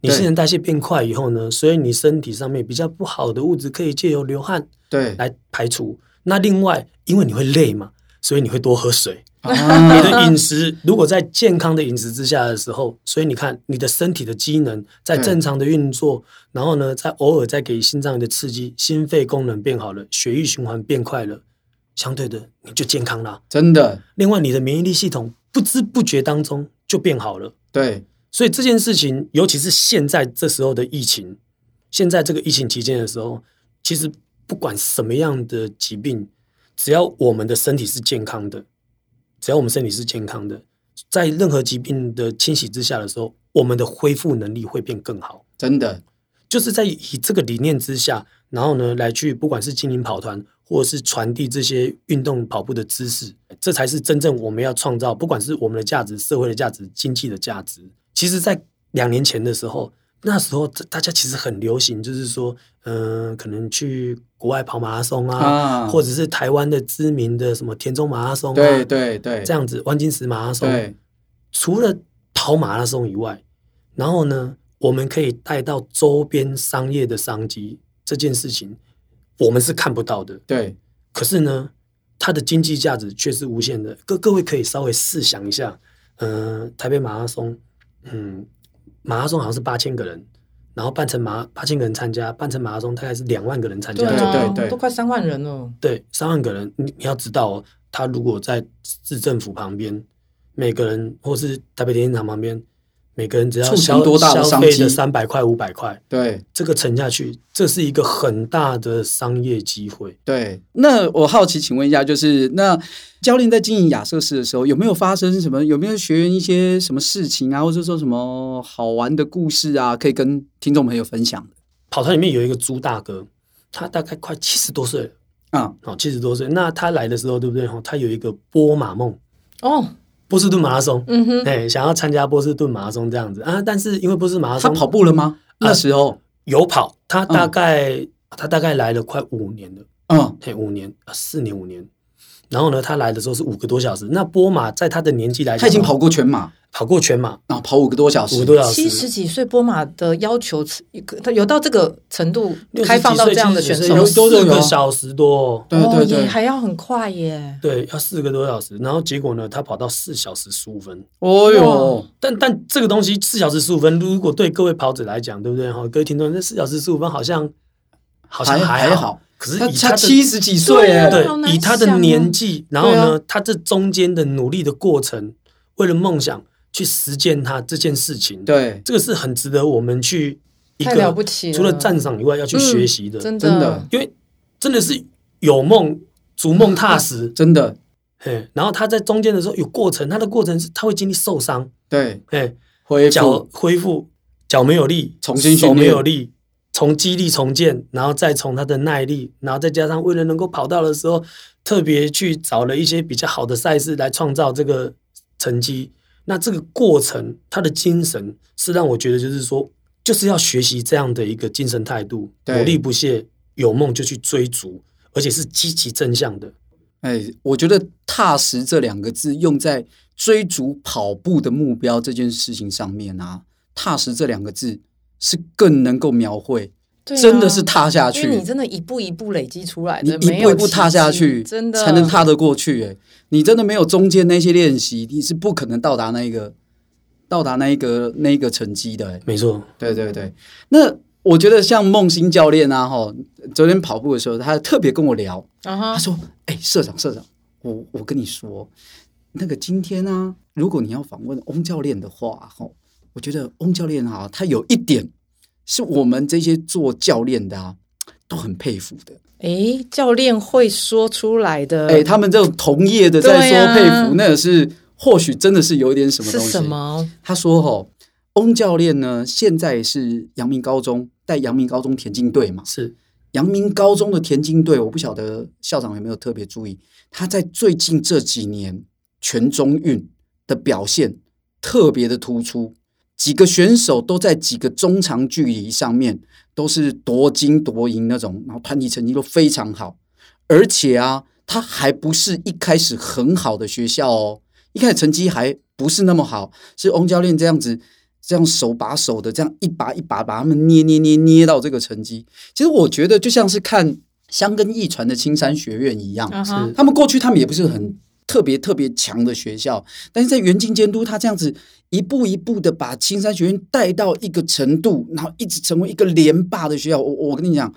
Speaker 1: 你
Speaker 2: 对
Speaker 1: 新陈代谢变快以后呢，所以你身体上面比较不好的物质可以借由流汗
Speaker 2: 对
Speaker 1: 来排除。那另外，因为你会累嘛，所以你会多喝水。
Speaker 2: 啊，
Speaker 1: 你的饮食如果在健康的饮食之下的时候，所以你看你的身体的机能在
Speaker 2: 对
Speaker 1: 正常的运作，然后呢，再偶尔再给心脏的刺激，心肺功能变好了，血液循环变快了，相对的你就健康啦。
Speaker 2: 真的
Speaker 1: 另外，你的免疫力系统不知不觉当中就变好了。
Speaker 2: 对
Speaker 1: 所以这件事情，尤其是现在这时候的疫情，现在这个疫情期间的时候，其实不管什么样的疾病，只要我们的身体是健康的，只要我们身体是健康的，在任何疾病的侵袭之下的时候，我们的恢复能力会变更好。
Speaker 2: 真的
Speaker 1: 就是在以这个理念之下，然后呢，来去不管是经营跑团，或者是传递这些运动跑步的知识，这才是真正我们要创造，不管是我们的价值、社会的价值、经济的价值。其实，在两年前的时候，那时候大家其实很流行，就是说，嗯、可能去国外跑马拉松啊，
Speaker 2: 啊，
Speaker 1: 或者是台湾的知名的什么田中马拉松啊，
Speaker 2: 对对对，
Speaker 1: 这样子哦湾金石马拉松，
Speaker 2: 对
Speaker 1: 除了跑马拉松以外，然后呢，我们可以带到周边商业的商机这件事情，我们是看不到的。
Speaker 2: 对
Speaker 1: 可是呢，它的经济价值却是无限的。各各位可以稍微试想一下，嗯、台北马拉松，嗯，马拉松好像是八千个人，然后办成马八千个人参加，办成马拉松大概是两万个人参加，
Speaker 2: 对
Speaker 4: 啊，
Speaker 2: 对对
Speaker 4: 都快三万人了。
Speaker 1: 对，三万个人，你你要知道、哦，他如果在市政府旁边，每个人或是台北电影厂旁边，每个人只要
Speaker 2: 促成
Speaker 1: 消
Speaker 2: 多大的
Speaker 1: 消
Speaker 2: 商
Speaker 1: 费
Speaker 2: 机
Speaker 1: 的三百块、五百块，
Speaker 2: 对
Speaker 1: 这个沉下去，这是一个很大的商业机会。
Speaker 2: 对。那我好奇，请问一下，就是那教练在经营亚瑟士的时候，有没有发生什么？有没有学员一些什么事情啊，或者说什么好玩的故事啊，可以跟听众朋友分享的
Speaker 1: 跑团里面有一个朱大哥，他大概快七十多岁了，
Speaker 2: 啊？
Speaker 1: 哦，七十多岁。那他来的时候，对不对？哦，他有一个波马梦，
Speaker 4: 哦，
Speaker 1: 波士顿马拉松，
Speaker 4: 嗯哼，
Speaker 1: 哎、想要参加波士顿马拉松这样子啊。但是因为波士顿马拉
Speaker 2: 他
Speaker 1: 松
Speaker 2: 跑嗯步了吗？
Speaker 1: 啊
Speaker 2: 那时候，
Speaker 1: 有跑，他大概、他大概来了快五年了。
Speaker 2: 嗯，
Speaker 1: 嘿，五年啊，四年五年。然后呢，他来的时候是五个多小时。那波马在他的年纪来讲，
Speaker 2: 他已经跑过全马，
Speaker 1: 跑过全马
Speaker 2: 然后跑五个多小
Speaker 1: 五
Speaker 2: 时，
Speaker 1: 个多小时，
Speaker 4: 七十几岁波马的要求，他有到这个程度
Speaker 1: 60
Speaker 4: 开放到
Speaker 1: 几
Speaker 4: 这
Speaker 1: 岁
Speaker 4: 样的选
Speaker 1: 70
Speaker 4: 手
Speaker 1: 有
Speaker 4: 吗，
Speaker 1: 都
Speaker 2: 是
Speaker 1: 有个
Speaker 2: 有
Speaker 1: 小时多、哦，
Speaker 2: 对对
Speaker 4: 哦，也
Speaker 2: 对，
Speaker 4: 还要很快耶。
Speaker 1: 对，要四个多小时。然后结果呢，他跑到四小时十五分。
Speaker 2: 哦
Speaker 4: 哇
Speaker 2: 哟，
Speaker 1: 但但这个东西四小时十五分，如果对各位跑者来讲，对不对？哈，各位听众，那四小时十五分好像好像
Speaker 2: 还
Speaker 1: 还
Speaker 2: 还
Speaker 1: 好
Speaker 2: 好，
Speaker 1: 可是
Speaker 2: 他
Speaker 1: 以他
Speaker 2: 他
Speaker 1: 的
Speaker 2: 七十几岁
Speaker 4: 对啊啊
Speaker 2: 哎，
Speaker 4: 好难
Speaker 1: 对，以他的
Speaker 4: 想哦
Speaker 1: 年纪，然后
Speaker 2: 对
Speaker 1: 呢，他这中间的努力的过程，为了梦想去实践他这件事情，
Speaker 2: 对
Speaker 1: 这个是很值得我们去一
Speaker 4: 啊太
Speaker 1: 个
Speaker 4: 了不起了嗯
Speaker 1: 除了赞赏以外要去学习的，
Speaker 4: 真
Speaker 2: 真的
Speaker 1: 因为真的是有梦逐梦踏实，
Speaker 2: 真的
Speaker 1: 嘿，然后他在中间的时候有过程，他的过程是他会经历受伤，
Speaker 2: 对，
Speaker 1: 嘿，
Speaker 2: 恢
Speaker 1: 脚
Speaker 2: 复
Speaker 1: 恢复，脚没有力，
Speaker 2: 重新训
Speaker 1: 手
Speaker 2: 练
Speaker 1: 没有力，从肌力重建，然后再从他的耐力，然后再加上为了能够跑到的时候，特别去找了一些比较好的赛事来创造这个成绩。那这个过程，他的精神是让我觉得，就是说，就是要学习这样的一个精神态度，
Speaker 2: 对
Speaker 1: 努力不懈，有梦就去追逐，而且是积极正向的。
Speaker 2: 哎，我觉得“踏实”这两个字用在追逐跑步的目标这件事情上面啊，“踏实”这两个字是更能够描绘，
Speaker 4: 对啊
Speaker 2: 真的是踏下去
Speaker 4: 因为你真的一步一步累积出来
Speaker 2: 你
Speaker 4: 的，没
Speaker 2: 一
Speaker 4: 有
Speaker 2: 步一步踏下
Speaker 4: 奇
Speaker 2: 去，
Speaker 4: 迹真的
Speaker 2: 才能踏得过去、哎，你真的没有中间那些练习，你是不可能到达那一个到达那一个那一个成绩的、哎
Speaker 1: 没错，
Speaker 2: 对对对，那我觉得像梦欣教练啊，哈，昨天跑步的时候，他特别跟我聊，
Speaker 4: 啊
Speaker 2: 他
Speaker 4: 哈，
Speaker 2: 说：“哎、社长，社长，我我跟你说，那个今天啊，如果你要访问翁教练的话，哈，我觉得翁教练啊，他有一点是我们这些做教练的啊，都很佩服的。
Speaker 4: 诶，教练会说出来的，
Speaker 2: 哎、他们这种同业的在
Speaker 4: 呃对
Speaker 2: 说
Speaker 4: 啊
Speaker 2: 佩服，那也是或许真的是有一点什么
Speaker 4: 是
Speaker 2: 东西。
Speaker 4: 什么？
Speaker 2: 他说、哦：“翁教练呢，现在是阳明高中带阳明高中田径队嘛，
Speaker 1: 是
Speaker 2: 阳明高中的田径队，我不晓得校长有没有特别注意，他在最近这几年全中运的表现特别的突出，几个选手都在几个中长距离上面都是夺金夺银那种，然后团体成绩都非常好，而且啊，他还不是一开始很好的学校哦，一开始成绩还不是那么好，是翁教练这样子。这样手把手的，这样一把一把把他们捏捏捏捏到这个成绩，其实我觉得就像是看香根一传的青山学院一样，
Speaker 4: 啊哈
Speaker 1: 是，
Speaker 2: 他们过去他们也不是很特别特别强的学校，但是在袁静监督他这样子一步一步的把青山学院带到一个程度，然后一直成为一个连霸的学校。我我跟你讲，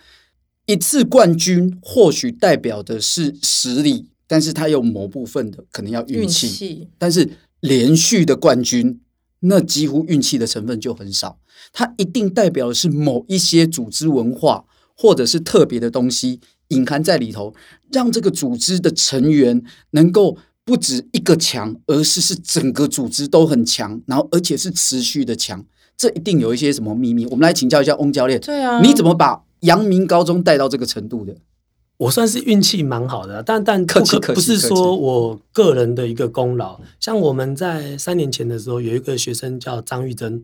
Speaker 2: 一次冠军或许代表的是实力，但是他有某部分的可能要
Speaker 4: 运
Speaker 2: 运气。
Speaker 4: 气，
Speaker 2: 但是连续的冠军，那几乎运气的成分就很少。它一定代表的是某一些组织文化，或者是特别的东西隐含在里头，让这个组织的成员能够不止一个强，而是是整个组织都很强，然后而且是持续的强。这一定有一些什么秘密，我们来请教一下翁教练，
Speaker 4: 对
Speaker 1: 嗯
Speaker 4: 啊，
Speaker 2: 你怎么把阳明高中带到这个程度的？
Speaker 1: 我算是运气蛮好的啊，但但
Speaker 2: 客气
Speaker 1: 不可
Speaker 2: 客气
Speaker 1: 不是
Speaker 2: 客气
Speaker 1: 说我个人的一个功劳。像我们在三年前的时候，有一个学生叫张玉珍，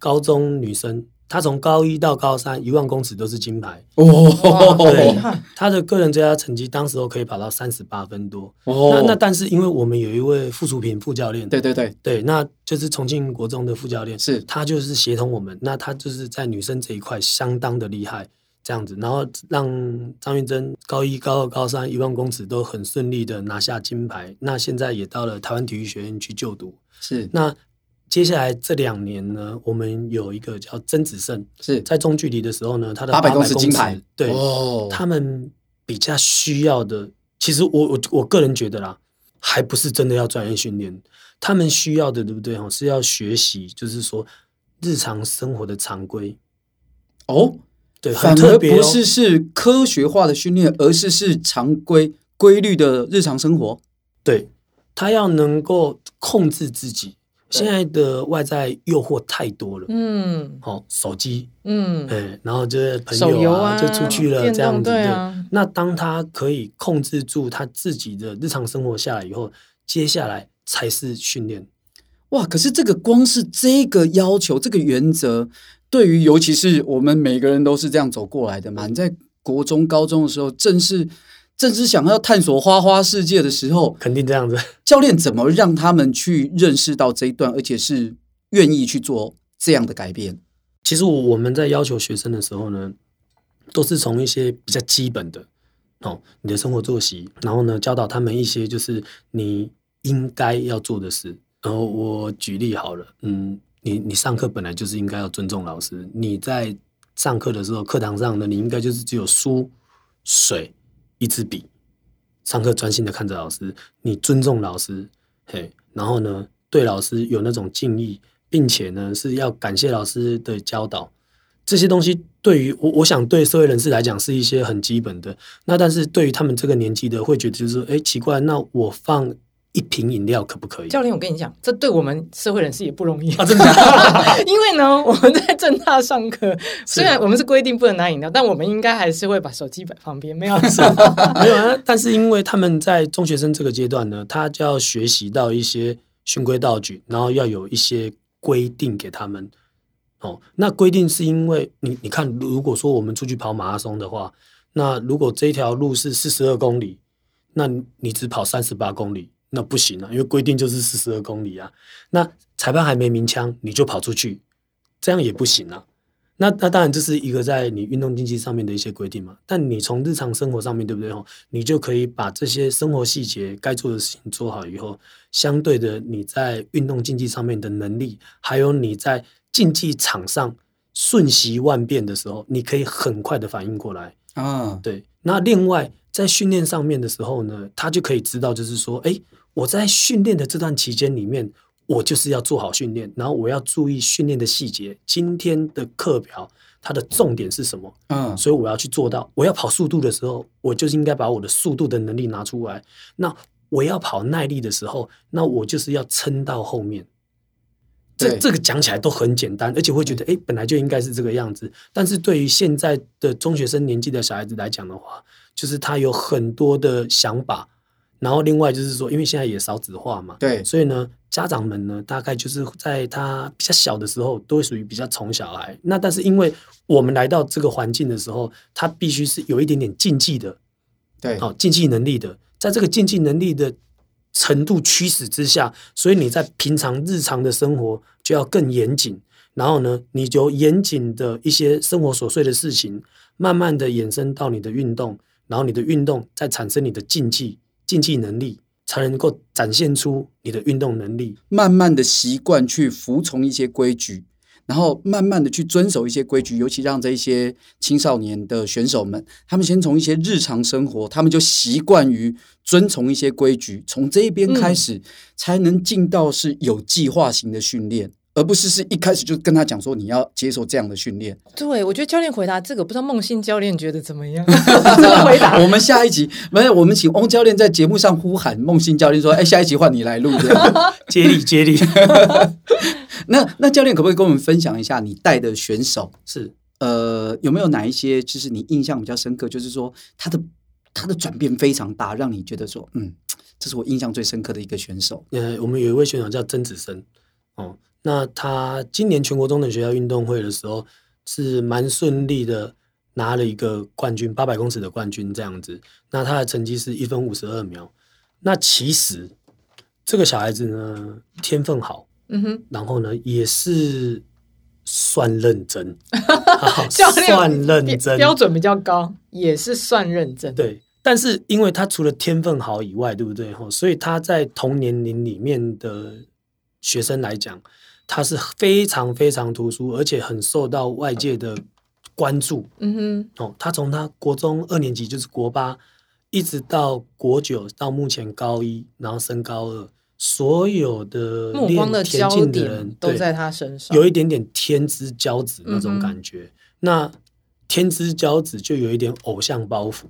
Speaker 1: 高中女生，她从高一到高三一万公尺都是金牌，
Speaker 2: 哦
Speaker 4: 哇
Speaker 1: 对
Speaker 4: 厉害
Speaker 1: 她的个人最佳成绩当时候可以跑到三十八分多。
Speaker 2: 哦
Speaker 1: 那那但是因为我们有一位傅淑平副教练，
Speaker 2: 对对对，
Speaker 1: 对，那就是重庆国中的副教练，
Speaker 2: 是
Speaker 1: 他就是协同我们，那他就是在女生这一块相当的厉害，这样子，然后让张玉珍高一、高二、高三一万公尺都很顺利的拿下金牌，那现在也到了台湾体育学院去就读。
Speaker 2: 是
Speaker 1: 那接下来这两年呢，我们有一个叫曾子胜，
Speaker 2: 是
Speaker 1: 在中距离的时候呢，他的
Speaker 2: 800
Speaker 1: 800
Speaker 2: 公尺金牌，
Speaker 1: 对，
Speaker 2: 哦
Speaker 1: 他们比较需要的，其实我我我个人觉得啦，还不是真的要专业训练，他们需要的对不对？哦，是要学习，就是说日常生活的常规，
Speaker 2: 哦，
Speaker 1: 对，很
Speaker 2: 反
Speaker 1: 特
Speaker 2: 而
Speaker 1: 别、哦、
Speaker 2: 不是是科学化的训练，而是是常规规律的日常生活。
Speaker 1: 对他要能够控制自己。
Speaker 2: 对
Speaker 1: 现在的外在诱惑太多了，
Speaker 4: 嗯
Speaker 1: 哦，手机，
Speaker 4: 嗯，
Speaker 1: 哎，然后就是朋
Speaker 4: 手
Speaker 1: 友
Speaker 4: 游
Speaker 1: 啊，
Speaker 4: 啊，
Speaker 1: 就出去了
Speaker 4: 电
Speaker 1: 这样
Speaker 4: 动
Speaker 1: 子，
Speaker 4: 对啊，
Speaker 1: 那当他可以控制住他自己的日常生活下来以后，接下来才是训练。
Speaker 2: 哇，可是这个光是这个要求，这个原则，对于尤其是我们每个人都是这样走过来的嘛。你在国中、高中的时候，正是正是想要探索花花世界的时候，
Speaker 1: 肯定这样子。
Speaker 2: 教练怎么让他们去认识到这一段，而且是愿意去做这样的改变？
Speaker 1: 其实我我们在要求学生的时候呢，都是从一些比较基本的哦，你的生活作息，然后呢教导他们一些就是你应该要做的事。然后我举例好了，嗯，你你上课本来就是应该要尊重老师，你在上课的时候，课堂上呢，你应该就是只有书、水、一支笔，上课专心的看着老师，你尊重老师，嘿，然后呢，对老师有那种敬意，并且呢是要感谢老师的教导，这些东西对于我，我想对社会人士来讲是一些很基本的。那但是对于他们这个年纪的，会觉得就是，哎，奇怪，那我放一瓶饮料可不可以？
Speaker 4: 教练，我跟你讲，这对我们社会人士也不容易
Speaker 1: 啊，真的假的
Speaker 4: 因为呢，我们在正大上课，虽然我们是规定不能拿饮料，但我们应该还是会把手机摆旁边，没有 错。
Speaker 1: 没有啊。但是因为他们在中学生这个阶段呢，他就要学习到一些循规蹈矩，然后要有一些规定给他们。哦，那规定是因为你你看，如果说我们出去跑马拉松的话，那如果这条路是四十二公里，那你你只跑三十八公里，那不行啊，因为规定就是四十二公里啊。那裁判还没鸣枪，你就跑出去，这样也不行啊。那那当然，这是一个在你运动竞技上面的一些规定嘛。但你从日常生活上面对不对吼，你就可以把这些生活细节该做的事情做好以后，相对的你在运动竞技上面的能力，还有你在竞技场上瞬息万变的时候，你可以很快的反应过来。
Speaker 2: 啊，
Speaker 1: 对，那另外在训练上面的时候呢，他就可以知道，就是说，哎，我在训练的这段期间里面，我就是要做好训练，然后我要注意训练的细节，今天的课表它的重点是什么，
Speaker 2: 嗯，
Speaker 1: 所以我要去做到。我要跑速度的时候，我就是应该把我的速度的能力拿出来。那我要跑耐力的时候，那我就是要撑到后面。这
Speaker 2: 对
Speaker 1: 这个讲起来都很简单，而且会觉得哎，诶本来就应该是这个样子。但是对于现在的中学生年纪的小孩子来讲的话，就是他有很多的想法，然后另外就是说，因为现在也少子化嘛，
Speaker 2: 对，
Speaker 1: 所以呢，家长们呢，大概就是在他比较小的时候，都会属于比较宠小孩。那但是因为我们来到这个环境的时候，他必须是有一点点竞技的，
Speaker 2: 对，
Speaker 1: 哦，竞技能力的，在这个竞技能力的程度驱使之下，所以你在平常日常的生活就要更严谨。然后呢，你就严谨的一些生活琐碎的事情，慢慢的衍生到你的运动，然后你的运动再产生你的竞技竞技能力，才能够展现出你的运动能力。
Speaker 2: 慢慢的习惯去服从一些规矩，然后慢慢的去遵守一些规矩，尤其让这一些青少年的选手们，他们先从一些日常生活，他们就习惯于遵从一些规矩，从这一边
Speaker 4: 嗯
Speaker 2: 开始，才能进到是有计划型的训练。而不是是一开始就跟他讲说你要接受这样的训练。
Speaker 4: 对，我觉得教练回答这个，不知道梦信教练觉得怎么 样？ 这个回答
Speaker 2: 我们下一集没有，我们请翁教练在节目上呼喊梦欣教练说：“哎，下一集换你来录。”这样。
Speaker 1: 接力，接力
Speaker 2: 那那教练可不可以跟我们分享一下你带的选手？
Speaker 1: 是
Speaker 2: 呃，有没有哪一些就是你印象比较深刻？就是说他的他的转变非常大，让你觉得说，嗯，这是我印象最深刻的一个选手。
Speaker 1: 呃，我们有一位选手叫曾子生，哦，那他今年全国中等学校运动会的时候是蛮顺利的，拿了一个冠军，八百公尺的冠军这样子。那他的成绩是一分五十二秒。那其实这个小孩子呢，天分好，
Speaker 4: 嗯哼，
Speaker 1: 然后呢也是算认 真，好
Speaker 4: 教练
Speaker 1: 算认
Speaker 4: 标
Speaker 1: 真，
Speaker 4: 标准比较高，也是算认真。，
Speaker 1: 对，但是因为他除了天分好以外，对不对？吼，所以他在同年龄里面的学生来讲，他是非常非常突出，而且很受到外界的关注。
Speaker 4: 嗯哼，
Speaker 1: 哦，他从他国中二年级就是国八，一直到国九，到目前高一，然后升高二，所有的
Speaker 4: 目光
Speaker 1: 练
Speaker 4: 的
Speaker 1: 田
Speaker 4: 焦
Speaker 1: 径的
Speaker 4: 点
Speaker 1: 人
Speaker 4: 都
Speaker 1: 对
Speaker 4: 在他身上。
Speaker 1: 有一点点天之骄子那
Speaker 4: 嗯
Speaker 1: 种
Speaker 4: 哼
Speaker 1: 感觉。那天之骄子就有一点偶像包袱，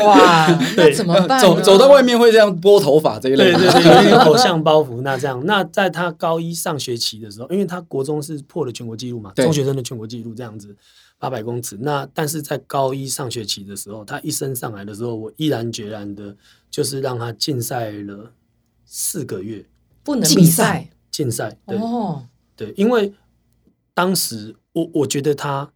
Speaker 4: 哇，那
Speaker 1: 对
Speaker 4: 怎么办？
Speaker 2: 走走到外，面会这样拨头发这一类
Speaker 1: 对
Speaker 2: 的。
Speaker 1: 对对，有点偶像包袱。那这样，那在他高一上学期的时候，因为他国中是破了全国纪录嘛，
Speaker 2: 对
Speaker 1: 中学生的全国纪录这样子，八百公尺。那但是在高一上学期的时候，他一升上来的时候，我毅然决然的，就是让他禁赛了四个月，
Speaker 4: 不能
Speaker 2: 竞
Speaker 4: 比
Speaker 2: 赛
Speaker 4: 赛
Speaker 1: 禁赛。对、
Speaker 4: 哦。
Speaker 1: 对，因为当时我我觉得他。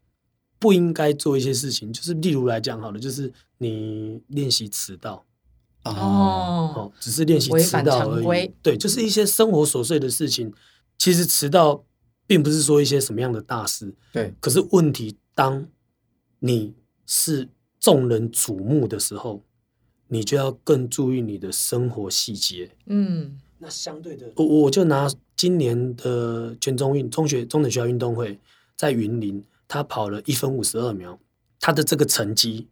Speaker 1: 不应该做一些事情，就是例如来讲好了，就是你练习迟到，
Speaker 2: 啊，
Speaker 4: 哦，
Speaker 1: 哦，只是练习
Speaker 4: 违
Speaker 1: 迟
Speaker 4: 反
Speaker 1: 到
Speaker 4: 常
Speaker 1: 而已
Speaker 4: 规。
Speaker 1: 对，就是一些生活琐碎的事情。其实迟到并不是说一些什么样的大事，
Speaker 2: 对
Speaker 1: 可是问题，当你是众人瞩目的时候，你就要更注意你的生活细节。
Speaker 4: 嗯，
Speaker 1: 那相对的，我我就拿今年的全中运中学中等学校运动会，在云林，他跑了一分五十二秒，他的这个成绩，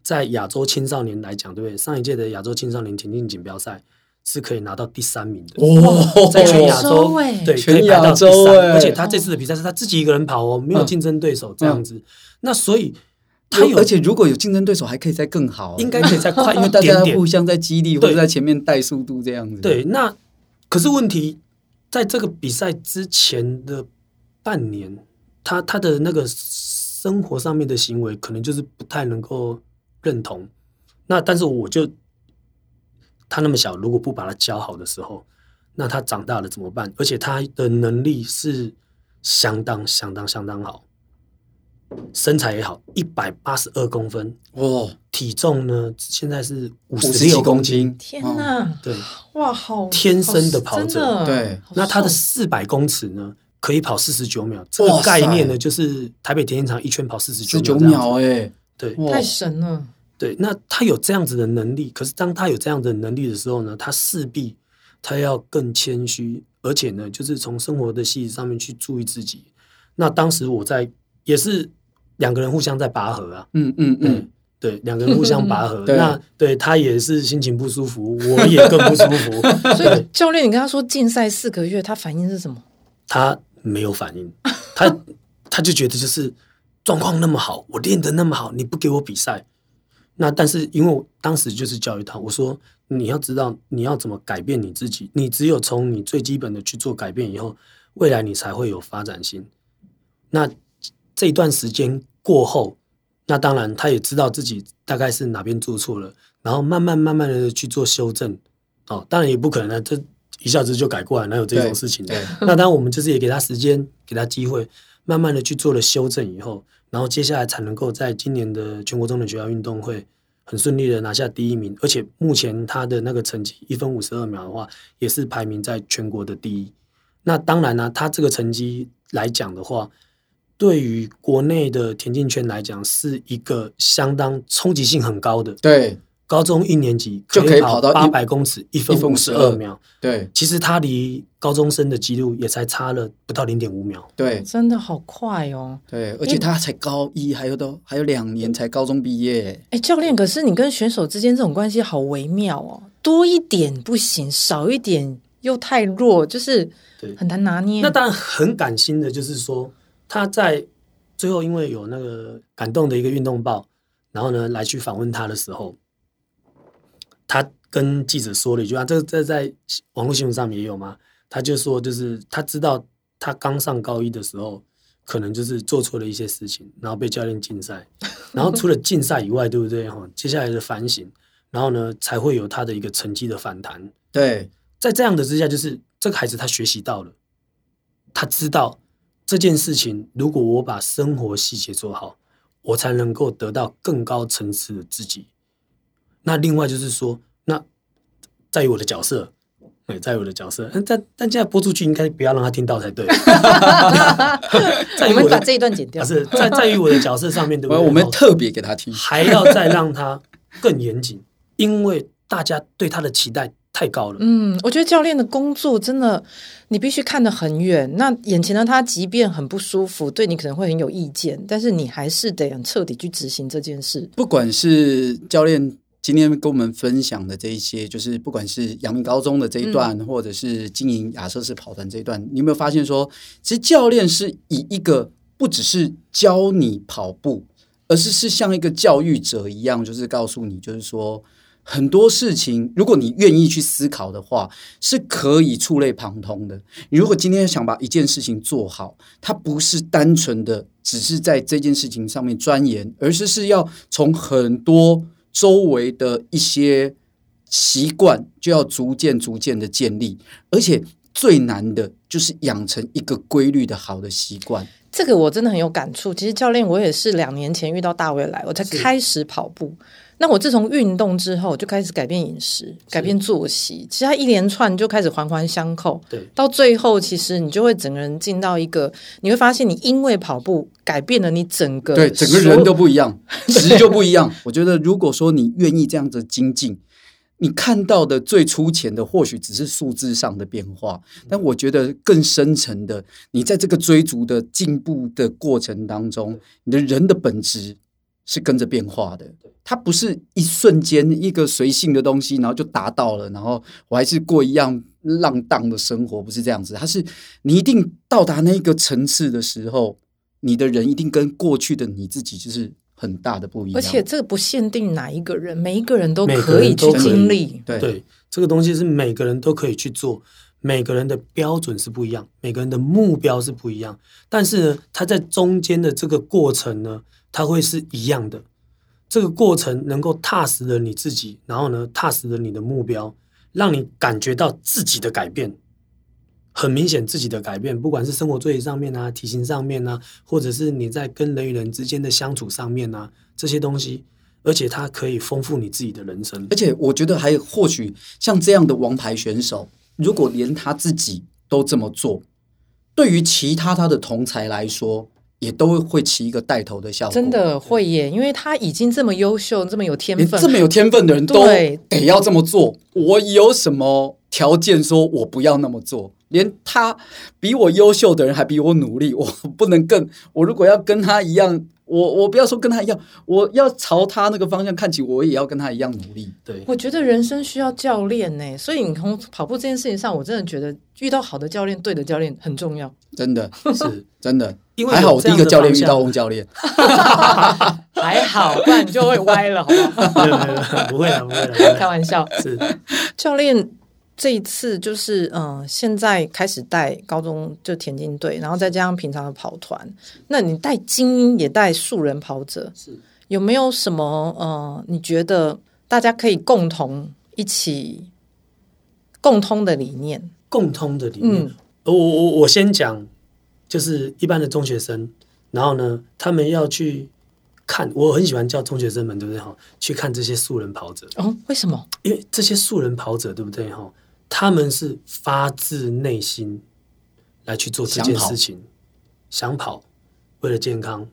Speaker 1: 在亚洲青少年来讲，对不对？上一届的亚洲青少年田径锦标赛是可以拿到第三名的。
Speaker 2: 哦
Speaker 1: 在全亚
Speaker 4: 亚
Speaker 1: 洲
Speaker 4: 洲欸，
Speaker 1: 对，
Speaker 2: 全
Speaker 1: 可以排到第三
Speaker 2: 亚洲欸
Speaker 1: 而且他这次的比赛是他自己一个人跑哦，没有
Speaker 2: 嗯
Speaker 1: 竞争对手这样子。那所以他
Speaker 2: 有
Speaker 1: 有，
Speaker 2: 而且如果有竞争对手，还可以再更好。欸
Speaker 1: 应该可以 再快
Speaker 2: 因
Speaker 1: 一
Speaker 2: 为大
Speaker 1: 点
Speaker 2: 家
Speaker 1: 点
Speaker 2: 互。相在激励，或
Speaker 1: 对
Speaker 2: 者在前面带速度这样子。
Speaker 1: 对，那可是问题，在这个比赛之前的半年，他他的那个生活上面的行为，可能就是不太能够认同。那但是我就他那么小，如果不把他教好的时候，那他长大了怎么办？而且他的能力是相当相当相当好。身材也好，一百八十二公分，
Speaker 2: 哇，
Speaker 1: 体重呢现在是五
Speaker 2: 五
Speaker 1: 十
Speaker 2: 十几
Speaker 1: 六
Speaker 2: 公
Speaker 1: 公斤，
Speaker 2: 斤，
Speaker 4: 天
Speaker 2: 嗯，
Speaker 4: 哪，
Speaker 1: 对，
Speaker 4: 哇，好
Speaker 1: 哦天生的跑者
Speaker 4: 真的
Speaker 2: 对
Speaker 4: 好
Speaker 1: 那它的
Speaker 4: 瘦
Speaker 1: 四百公尺呢，可以跑四十九秒。这个
Speaker 2: 哇塞
Speaker 1: 概念呢，就是台北田径场一圈跑四十
Speaker 2: 十
Speaker 1: 九
Speaker 2: 九
Speaker 1: 秒这样子。
Speaker 2: 秒哎，
Speaker 1: 对
Speaker 2: 哇
Speaker 4: 太神了，
Speaker 1: 对，那他有这样子的能力，可是当他有这样的能力的时候呢，他势必他要更谦虚，而且呢，就是从生活的细节上面去注意自己。那当时我在也是两个人互相在拔河啊，
Speaker 2: 嗯嗯嗯。
Speaker 1: 嗯，对，两个人互相拔河
Speaker 2: 对
Speaker 1: 那对他也是心情不舒服，我也更不舒 服。
Speaker 4: 所以
Speaker 1: 对，
Speaker 4: 教练，你跟他说禁赛四个月，他反应是什么？
Speaker 1: 他没有反应，他 他就觉得就是状况那么好，我练得那么好，你不给我比赛，那但是因为我当时就是教育他，我说你要知道你要怎么改变你自己，你只有从你最基本的去做改变以后，未来你才会有发展性。那这一段时间过后，那当然他也知道自己大概是哪边做错了，然后慢慢慢慢的去做修正。哦，当然也不可能啊，这一下子就改过来，哪有这
Speaker 2: 对
Speaker 1: 种事情？
Speaker 2: 对，
Speaker 1: 那当然，我们就是也给他时间，给他机会，慢慢的去做了修正以后，然后接下来才能够在今年的全国中等学校运动会很顺利的拿下第一名，而且目前他的那个成绩一分五十二秒的话，也是排名在全国的第一。那当然呢、啊他这个成绩来讲的话，对于国内的田径圈来讲，是一个相当冲击性很高的。
Speaker 2: 对
Speaker 1: 高中一年级
Speaker 2: 就可以跑到一
Speaker 1: 八百公尺，一分五十二秒，
Speaker 2: 对
Speaker 1: 其实他离高中生的记录也才差了不到零点五秒。
Speaker 2: 对
Speaker 4: 真的好快哦！
Speaker 2: 对，而且他才高一，还有都还有两年才高中毕业，
Speaker 4: 哎，教练，可是你跟选手之间这种关系好微妙哦，多一点不行，少一点又太弱，就是
Speaker 1: 对
Speaker 4: 很难拿捏。
Speaker 1: 那当然很感心的，就是说他在最后因为有那个感动的一个运动报，然后呢来去访问他的时候，他跟记者说了一句啊，这这在网络新闻上面也有嘛，他就说就是他知道他刚上高一的时候。可能就是做错了一些事情，然后被教练禁赛，然后除了禁赛以外，对不对？哈，接下来的反省，然后呢，才会有他的一个成绩的反弹。
Speaker 2: 对
Speaker 1: 在这样的之下，就是这个孩子他学习到了，他知道这件事情，如果我把生活细节做好，我才能够得到更高层次的自己。那另外就是说，那在于我的角色，哎，在于我的角色，嗯但但现在播出去应该不要让他听到才对。在于
Speaker 4: 我
Speaker 1: 我
Speaker 4: 们把
Speaker 1: 的
Speaker 4: 这一段剪掉
Speaker 1: 不。是在在于我的角色上面，对不
Speaker 2: 我
Speaker 1: 对？
Speaker 2: 我们
Speaker 1: 哦
Speaker 2: 特别给他听，
Speaker 1: 还要再让他更严谨，因为大家对他的期待太高了。
Speaker 4: 嗯，我觉得教练的工作真的，你必须看得很远。那眼前的他，即便很不舒服，对你可能会很有意见，但是你还是得很彻底去执行这件事。
Speaker 2: 不管是教练今天跟我们分享的这一些，就是不管是阳明高中的这一段，或者是经营亚瑟士跑团这一段，你有没有发现说，其实教练是以一个不只是教你跑步，而是是像一个教育者一样，就是告诉你，就是说。很多事情，如果你愿意去思考的话，是可以触类旁通的。你如果今天想把一件事情做好，它不是单纯的只是在这件事情上面钻研，而是是要从很多周围的一些习惯就要逐渐逐渐的建立，而且最难的就是养成一个规律的好的习惯。
Speaker 4: 这个我真的很有感触。其实教练，我也是两年前遇到大卫来，我才开始跑步。那我自从运动之后，就开始改变饮食，改变作息。其实它一连串就开始环环相扣。
Speaker 1: 对
Speaker 4: 到最后，其实你就会整个人进到一个，你会发现你因为跑步改变了你整个
Speaker 2: 对，整个
Speaker 4: 所有
Speaker 2: 人呃都不一样，值就不一样。我觉得，如果说你愿意这样子精进，你看到的最粗浅的或许只是数字上的变化，但我觉得更深层的，你在这个追逐的进步的过程当中，你的人的本质是跟着变化的。它不是一瞬间一个随性的东西，然后就达到了，然后我还是过一样浪荡的生活，不是这样子。它是你一定到达那个层次的时候，你的人一定跟过去的你自己就是很大的不一样。
Speaker 4: 而且这个不限定哪一个人，每一个人都
Speaker 1: 每个
Speaker 4: 可以
Speaker 1: 人
Speaker 4: 去
Speaker 1: 都可以
Speaker 4: 经历。
Speaker 2: 对
Speaker 1: 对，这个东西是每个人都可以去做，每个人的标准是不一样，每个人的目标是不一样，但是呢，他在中间的这个过程呢，它会是一样的。这个过程能够踏实了你自己，然后呢，踏实了你的目标，让你感觉到自己的改变，很明显自己的改变，不管是生活作息上面啊、体型上面啊，或者是你在跟人与人之间的相处上面啊，这些东西，而且它可以丰富你自己的人生
Speaker 2: 而。且我觉得还有或许像这样的王牌选手，如果连他自己都这么做，对于其他他的同才来说，也都会起一个带头的效果。
Speaker 4: 真，的会耶，因为他已经这么优秀，这么有天
Speaker 2: 连
Speaker 4: 分，
Speaker 2: 这么有天分的人都
Speaker 4: 对
Speaker 2: 得要这么做，我有什么条件说我不要那么做？连他比我优秀的人还比我努力，我不能更我如果要跟他一样，我我不要说跟他一样，我要朝他那个方向看齐，我也要跟他一样努力。
Speaker 1: 对，
Speaker 4: 我觉得人生需要教练呢，所以你从跑步这件事情上，我真的觉得遇到好的教练、对的教练很 重要。
Speaker 2: 真的，
Speaker 1: 是
Speaker 2: 真的，
Speaker 1: 因为
Speaker 2: 还好
Speaker 1: 有
Speaker 2: 我
Speaker 1: 这
Speaker 2: 第
Speaker 1: 样
Speaker 2: 一个
Speaker 1: 的
Speaker 2: 教练
Speaker 1: 方
Speaker 2: 遇
Speaker 1: 向
Speaker 2: 到翁教练，
Speaker 4: 还好，不然你就会歪了，好不好？
Speaker 1: 没有没有没 有不会啦，不会啦不会
Speaker 4: 开
Speaker 1: 啦，
Speaker 4: 玩笑，
Speaker 1: 是
Speaker 4: 教练这一次就是嗯、呃现在开始带高中就田径队，然后再加上平常的跑团，那你带精英也带素人跑者，
Speaker 1: 是
Speaker 4: 有没有什么呃，你觉得大家可以共同一起共通的理念？
Speaker 1: 共通的理念。
Speaker 4: 嗯，
Speaker 1: 我我我先讲，就是一般的中学生，然后呢，他们要去看，我很喜欢叫中学生们，对不对哈？去看这些素人跑者，
Speaker 4: 哦，为什么？
Speaker 1: 因为这些素人跑者，对不对哈？他们是发自内心来去做这件事情，想跑，为了健康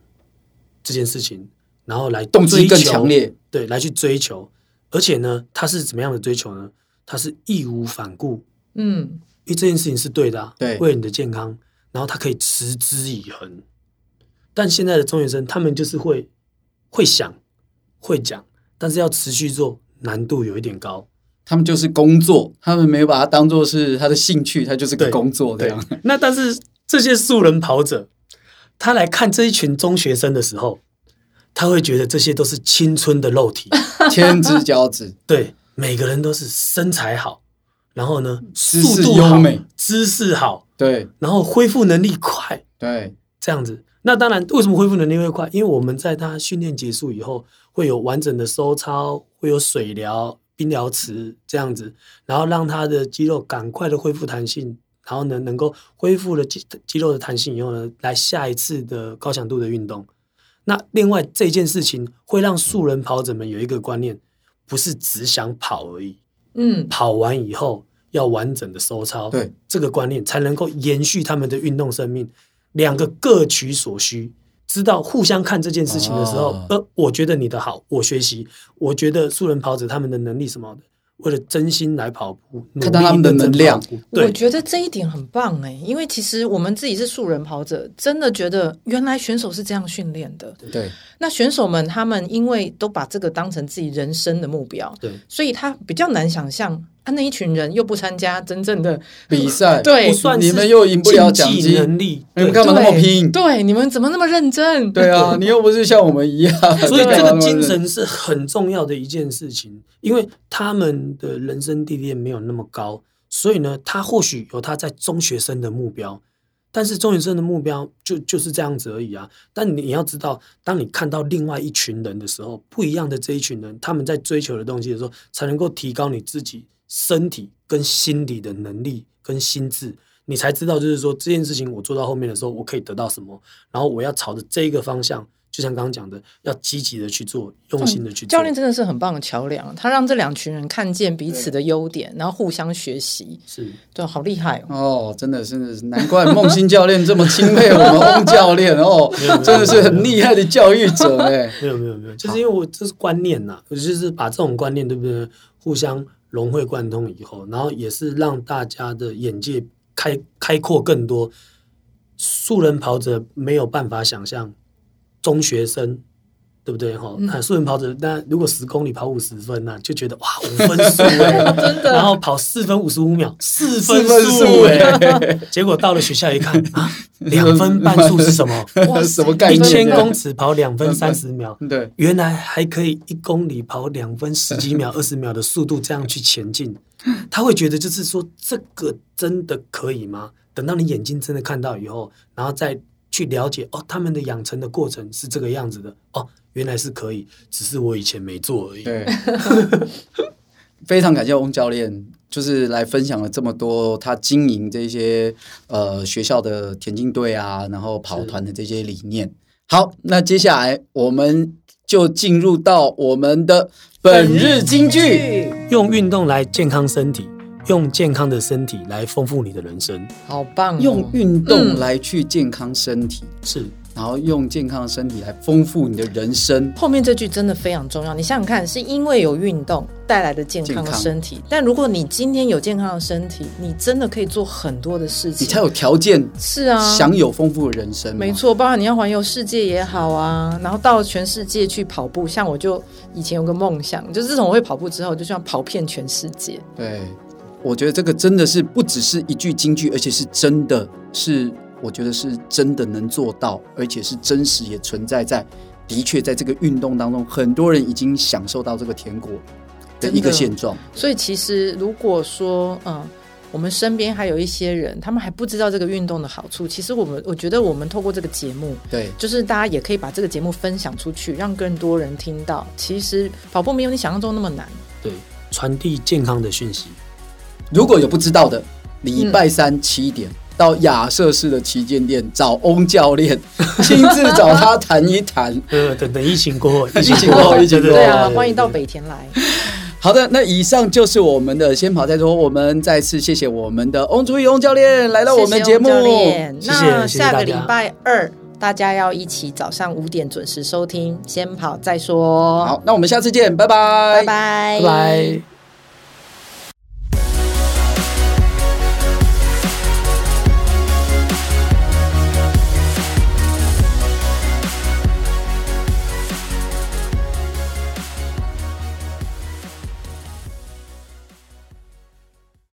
Speaker 1: 这件事情，然后来
Speaker 2: 动机
Speaker 1: 追
Speaker 2: 更
Speaker 1: 求
Speaker 2: 强烈，
Speaker 1: 对，来去追求。而且呢，他是怎么样的追求呢？他是义无反顾，
Speaker 4: 嗯，
Speaker 1: 因为这件事情是对的、啊，
Speaker 2: 对
Speaker 1: 为了你的健康，然后他可以持之以恒。但现在的中学生，他们就是会会想、会讲，但是要持续做，难度有一点高。
Speaker 2: 他们就是工作，他们没有把它当做是他的兴趣，他就是个
Speaker 1: 对
Speaker 2: 工作这
Speaker 1: 对
Speaker 2: 样。，
Speaker 1: 那但是这些素人跑者，他来看这一群中学生的时候，他会觉得这些都是青春的肉体，
Speaker 2: 千只脚趾，
Speaker 1: 对，每个人都是身材好，然后呢，
Speaker 2: 姿
Speaker 1: 速
Speaker 2: 势
Speaker 1: 度
Speaker 2: 优
Speaker 1: 好
Speaker 2: 美，
Speaker 1: 姿势好，
Speaker 2: 对
Speaker 1: 然后恢复能力快，
Speaker 2: 对，
Speaker 1: 这样子。那当然，为什么恢复能力会快？因为我们在他训练结束以后，会有完整的收操，会有水疗、冰疗池这样子，然后让他的肌肉赶快的恢复弹性，然后呢，能够恢复了肌肌肉的弹性以后呢，来下一次的高强度的运动。那另外这件事情会让素人跑者们有一个观念，不是只想跑而已，
Speaker 4: 嗯，
Speaker 1: 跑完以后要完整的收操，
Speaker 2: 对
Speaker 1: 这个观念才能够延续他们的运动生命，两个各取所需。知道互相看这件事情的时候，
Speaker 2: 哦
Speaker 1: 呃，我觉得你的好，我学习；我觉得素人跑者他们的能力什么的，为了真心来跑步，努力
Speaker 2: 看到他们的
Speaker 1: 认真
Speaker 2: 能量
Speaker 1: 跑步，
Speaker 4: 我
Speaker 1: 对，
Speaker 4: 觉得这一点很棒哎，因为其实我们自己是素人跑者，真的觉得原来选手是这样训练的。
Speaker 2: 对，
Speaker 4: 那选手们他们因为都把这个当成自己人生的目标，
Speaker 1: 对，
Speaker 4: 所以他比较难想象啊，那一群人又不参加真正的
Speaker 2: 比赛，
Speaker 4: 对
Speaker 1: 不算是
Speaker 2: 哎你们又赢不了奖
Speaker 1: 竞技
Speaker 2: 金哎
Speaker 1: 能力，
Speaker 2: 你们
Speaker 1: 对
Speaker 2: 干嘛那么
Speaker 4: 对
Speaker 2: 拼
Speaker 4: 对，你们怎么那么认真？
Speaker 2: 对啊，你又不是像我们一样，
Speaker 1: 所以
Speaker 2: 干
Speaker 1: 这个
Speaker 2: 嘛那么
Speaker 1: 精
Speaker 2: 认
Speaker 1: 神是很重要的一件事情，因为他们的人生历练没有那么高，所以呢，他或许有他在中学生的目标，但是中学生的目标就就是这样子而已啊。但你要知道，当你看到另外一群人的时候，不一样的这一群人，他们在追求的东西的时候，才能够提高你自己身体跟心理的能力跟心智。你才知道，就是说这件事情我做到后面的时候，我可以得到什么，然后我要朝着这个方向，就像刚刚讲的，要积极的去做，用心的去做。
Speaker 4: 嗯教练真的是很棒的桥梁，他让这两群人看见彼此的优点，然后互相学习，
Speaker 1: 是
Speaker 4: 对，好厉害哦！
Speaker 2: 哦，真的，真的是难怪梦欣教练这么钦佩我们翁教练 哦，真的是很厉害的教育者哎。
Speaker 1: 没有没有没有，就是因为我这是观念呐、我就是把这种观念对不对，互相融会贯通以后，然后也是让大家的眼界开开阔更多。素人跑者没有办法想象，中学生对不对哈？那素人跑者，那如果十公里跑五十分呐、就觉得哇五分速哎、
Speaker 4: 真
Speaker 1: 然后跑四分五十五秒，四分
Speaker 2: 分
Speaker 1: 速
Speaker 2: 速
Speaker 1: 哎、 结果到了学校一看 啊，两分半速是什么？
Speaker 4: 哇塞
Speaker 2: 什么概
Speaker 1: 一
Speaker 2: 念？
Speaker 1: 千公尺跑两分三十秒，
Speaker 2: 对，
Speaker 1: 原来还可以一公里跑两分 十几秒、二十秒的速度这样去前进，他会觉得就是说这个真的可以吗？等到你眼睛真的看到以后，然后再去了解哦，他们的养成的过程是这个样子的哦，原来是可 以，只是我以前没做而已。
Speaker 2: 对，非常感谢翁教练就是来分享了这么多他经营这些呃学校的田径队啊，然后跑团的这些理念。好，那接下来我们就进入到我们的本日金句。
Speaker 1: 用运动来健康身体，用健康的身体来丰富你的人生。
Speaker 4: 好棒、哦！
Speaker 2: 用运动来去健康身体，
Speaker 1: 是
Speaker 2: 然后用健康的身体来丰富你的人生。
Speaker 4: 后面这句真的非常重要，你想想看，是因为有运动带来的健康
Speaker 2: 健
Speaker 4: 的
Speaker 2: 康
Speaker 4: 身体。但如果你今天有健康的身体，你真的可以做很多的事
Speaker 2: 你才
Speaker 4: 情。
Speaker 2: 有条件
Speaker 4: 是啊，
Speaker 2: 享有丰富的人生嘛。
Speaker 4: 没错，包括你要环游世界也好啊，然后到全世界去跑步。像我就以前有个梦想，就自从我会跑步之后，我就想跑遍全世界。
Speaker 2: 对，我觉得这个真的是不只是一句金句，而且是真的是，我觉得是真的能做到，而且是真实也存在在，的确在这个运动当中，很多人已经享受到这个甜果的一
Speaker 4: 真
Speaker 2: 个
Speaker 4: 的
Speaker 2: 现状。
Speaker 4: 所以其实如果说，嗯，我们身边还有一些人，他们还不知道这个运动的好处。其实我们，我觉得我们透过这个节目，
Speaker 2: 对，
Speaker 4: 就是大家也可以把这个节目分享出去，让更多人听到。其实跑步没有你想象中那么难。
Speaker 1: 对，传递健康的讯息。
Speaker 2: 如果有不知道的，礼拜三七点。到亚瑟士的旗舰店找翁教 练，亲自找他谈一谈。
Speaker 1: 呃，等等疫情过 后，
Speaker 2: 疫情过后疫情过后
Speaker 4: 对啊，欢迎到北田来。
Speaker 2: 好的，那以上就是我们的先跑再说。我们再次谢谢我们的翁竹义翁教练来到我们节目。
Speaker 4: 谢谢翁教练
Speaker 1: 谢谢
Speaker 4: 那
Speaker 1: 谢谢大
Speaker 4: 下
Speaker 1: 家
Speaker 4: 个礼拜二大家要一起早上五点准时收听，先跑再说。，
Speaker 2: 好，那我们下次见，拜拜，
Speaker 4: 拜拜，
Speaker 1: 拜拜。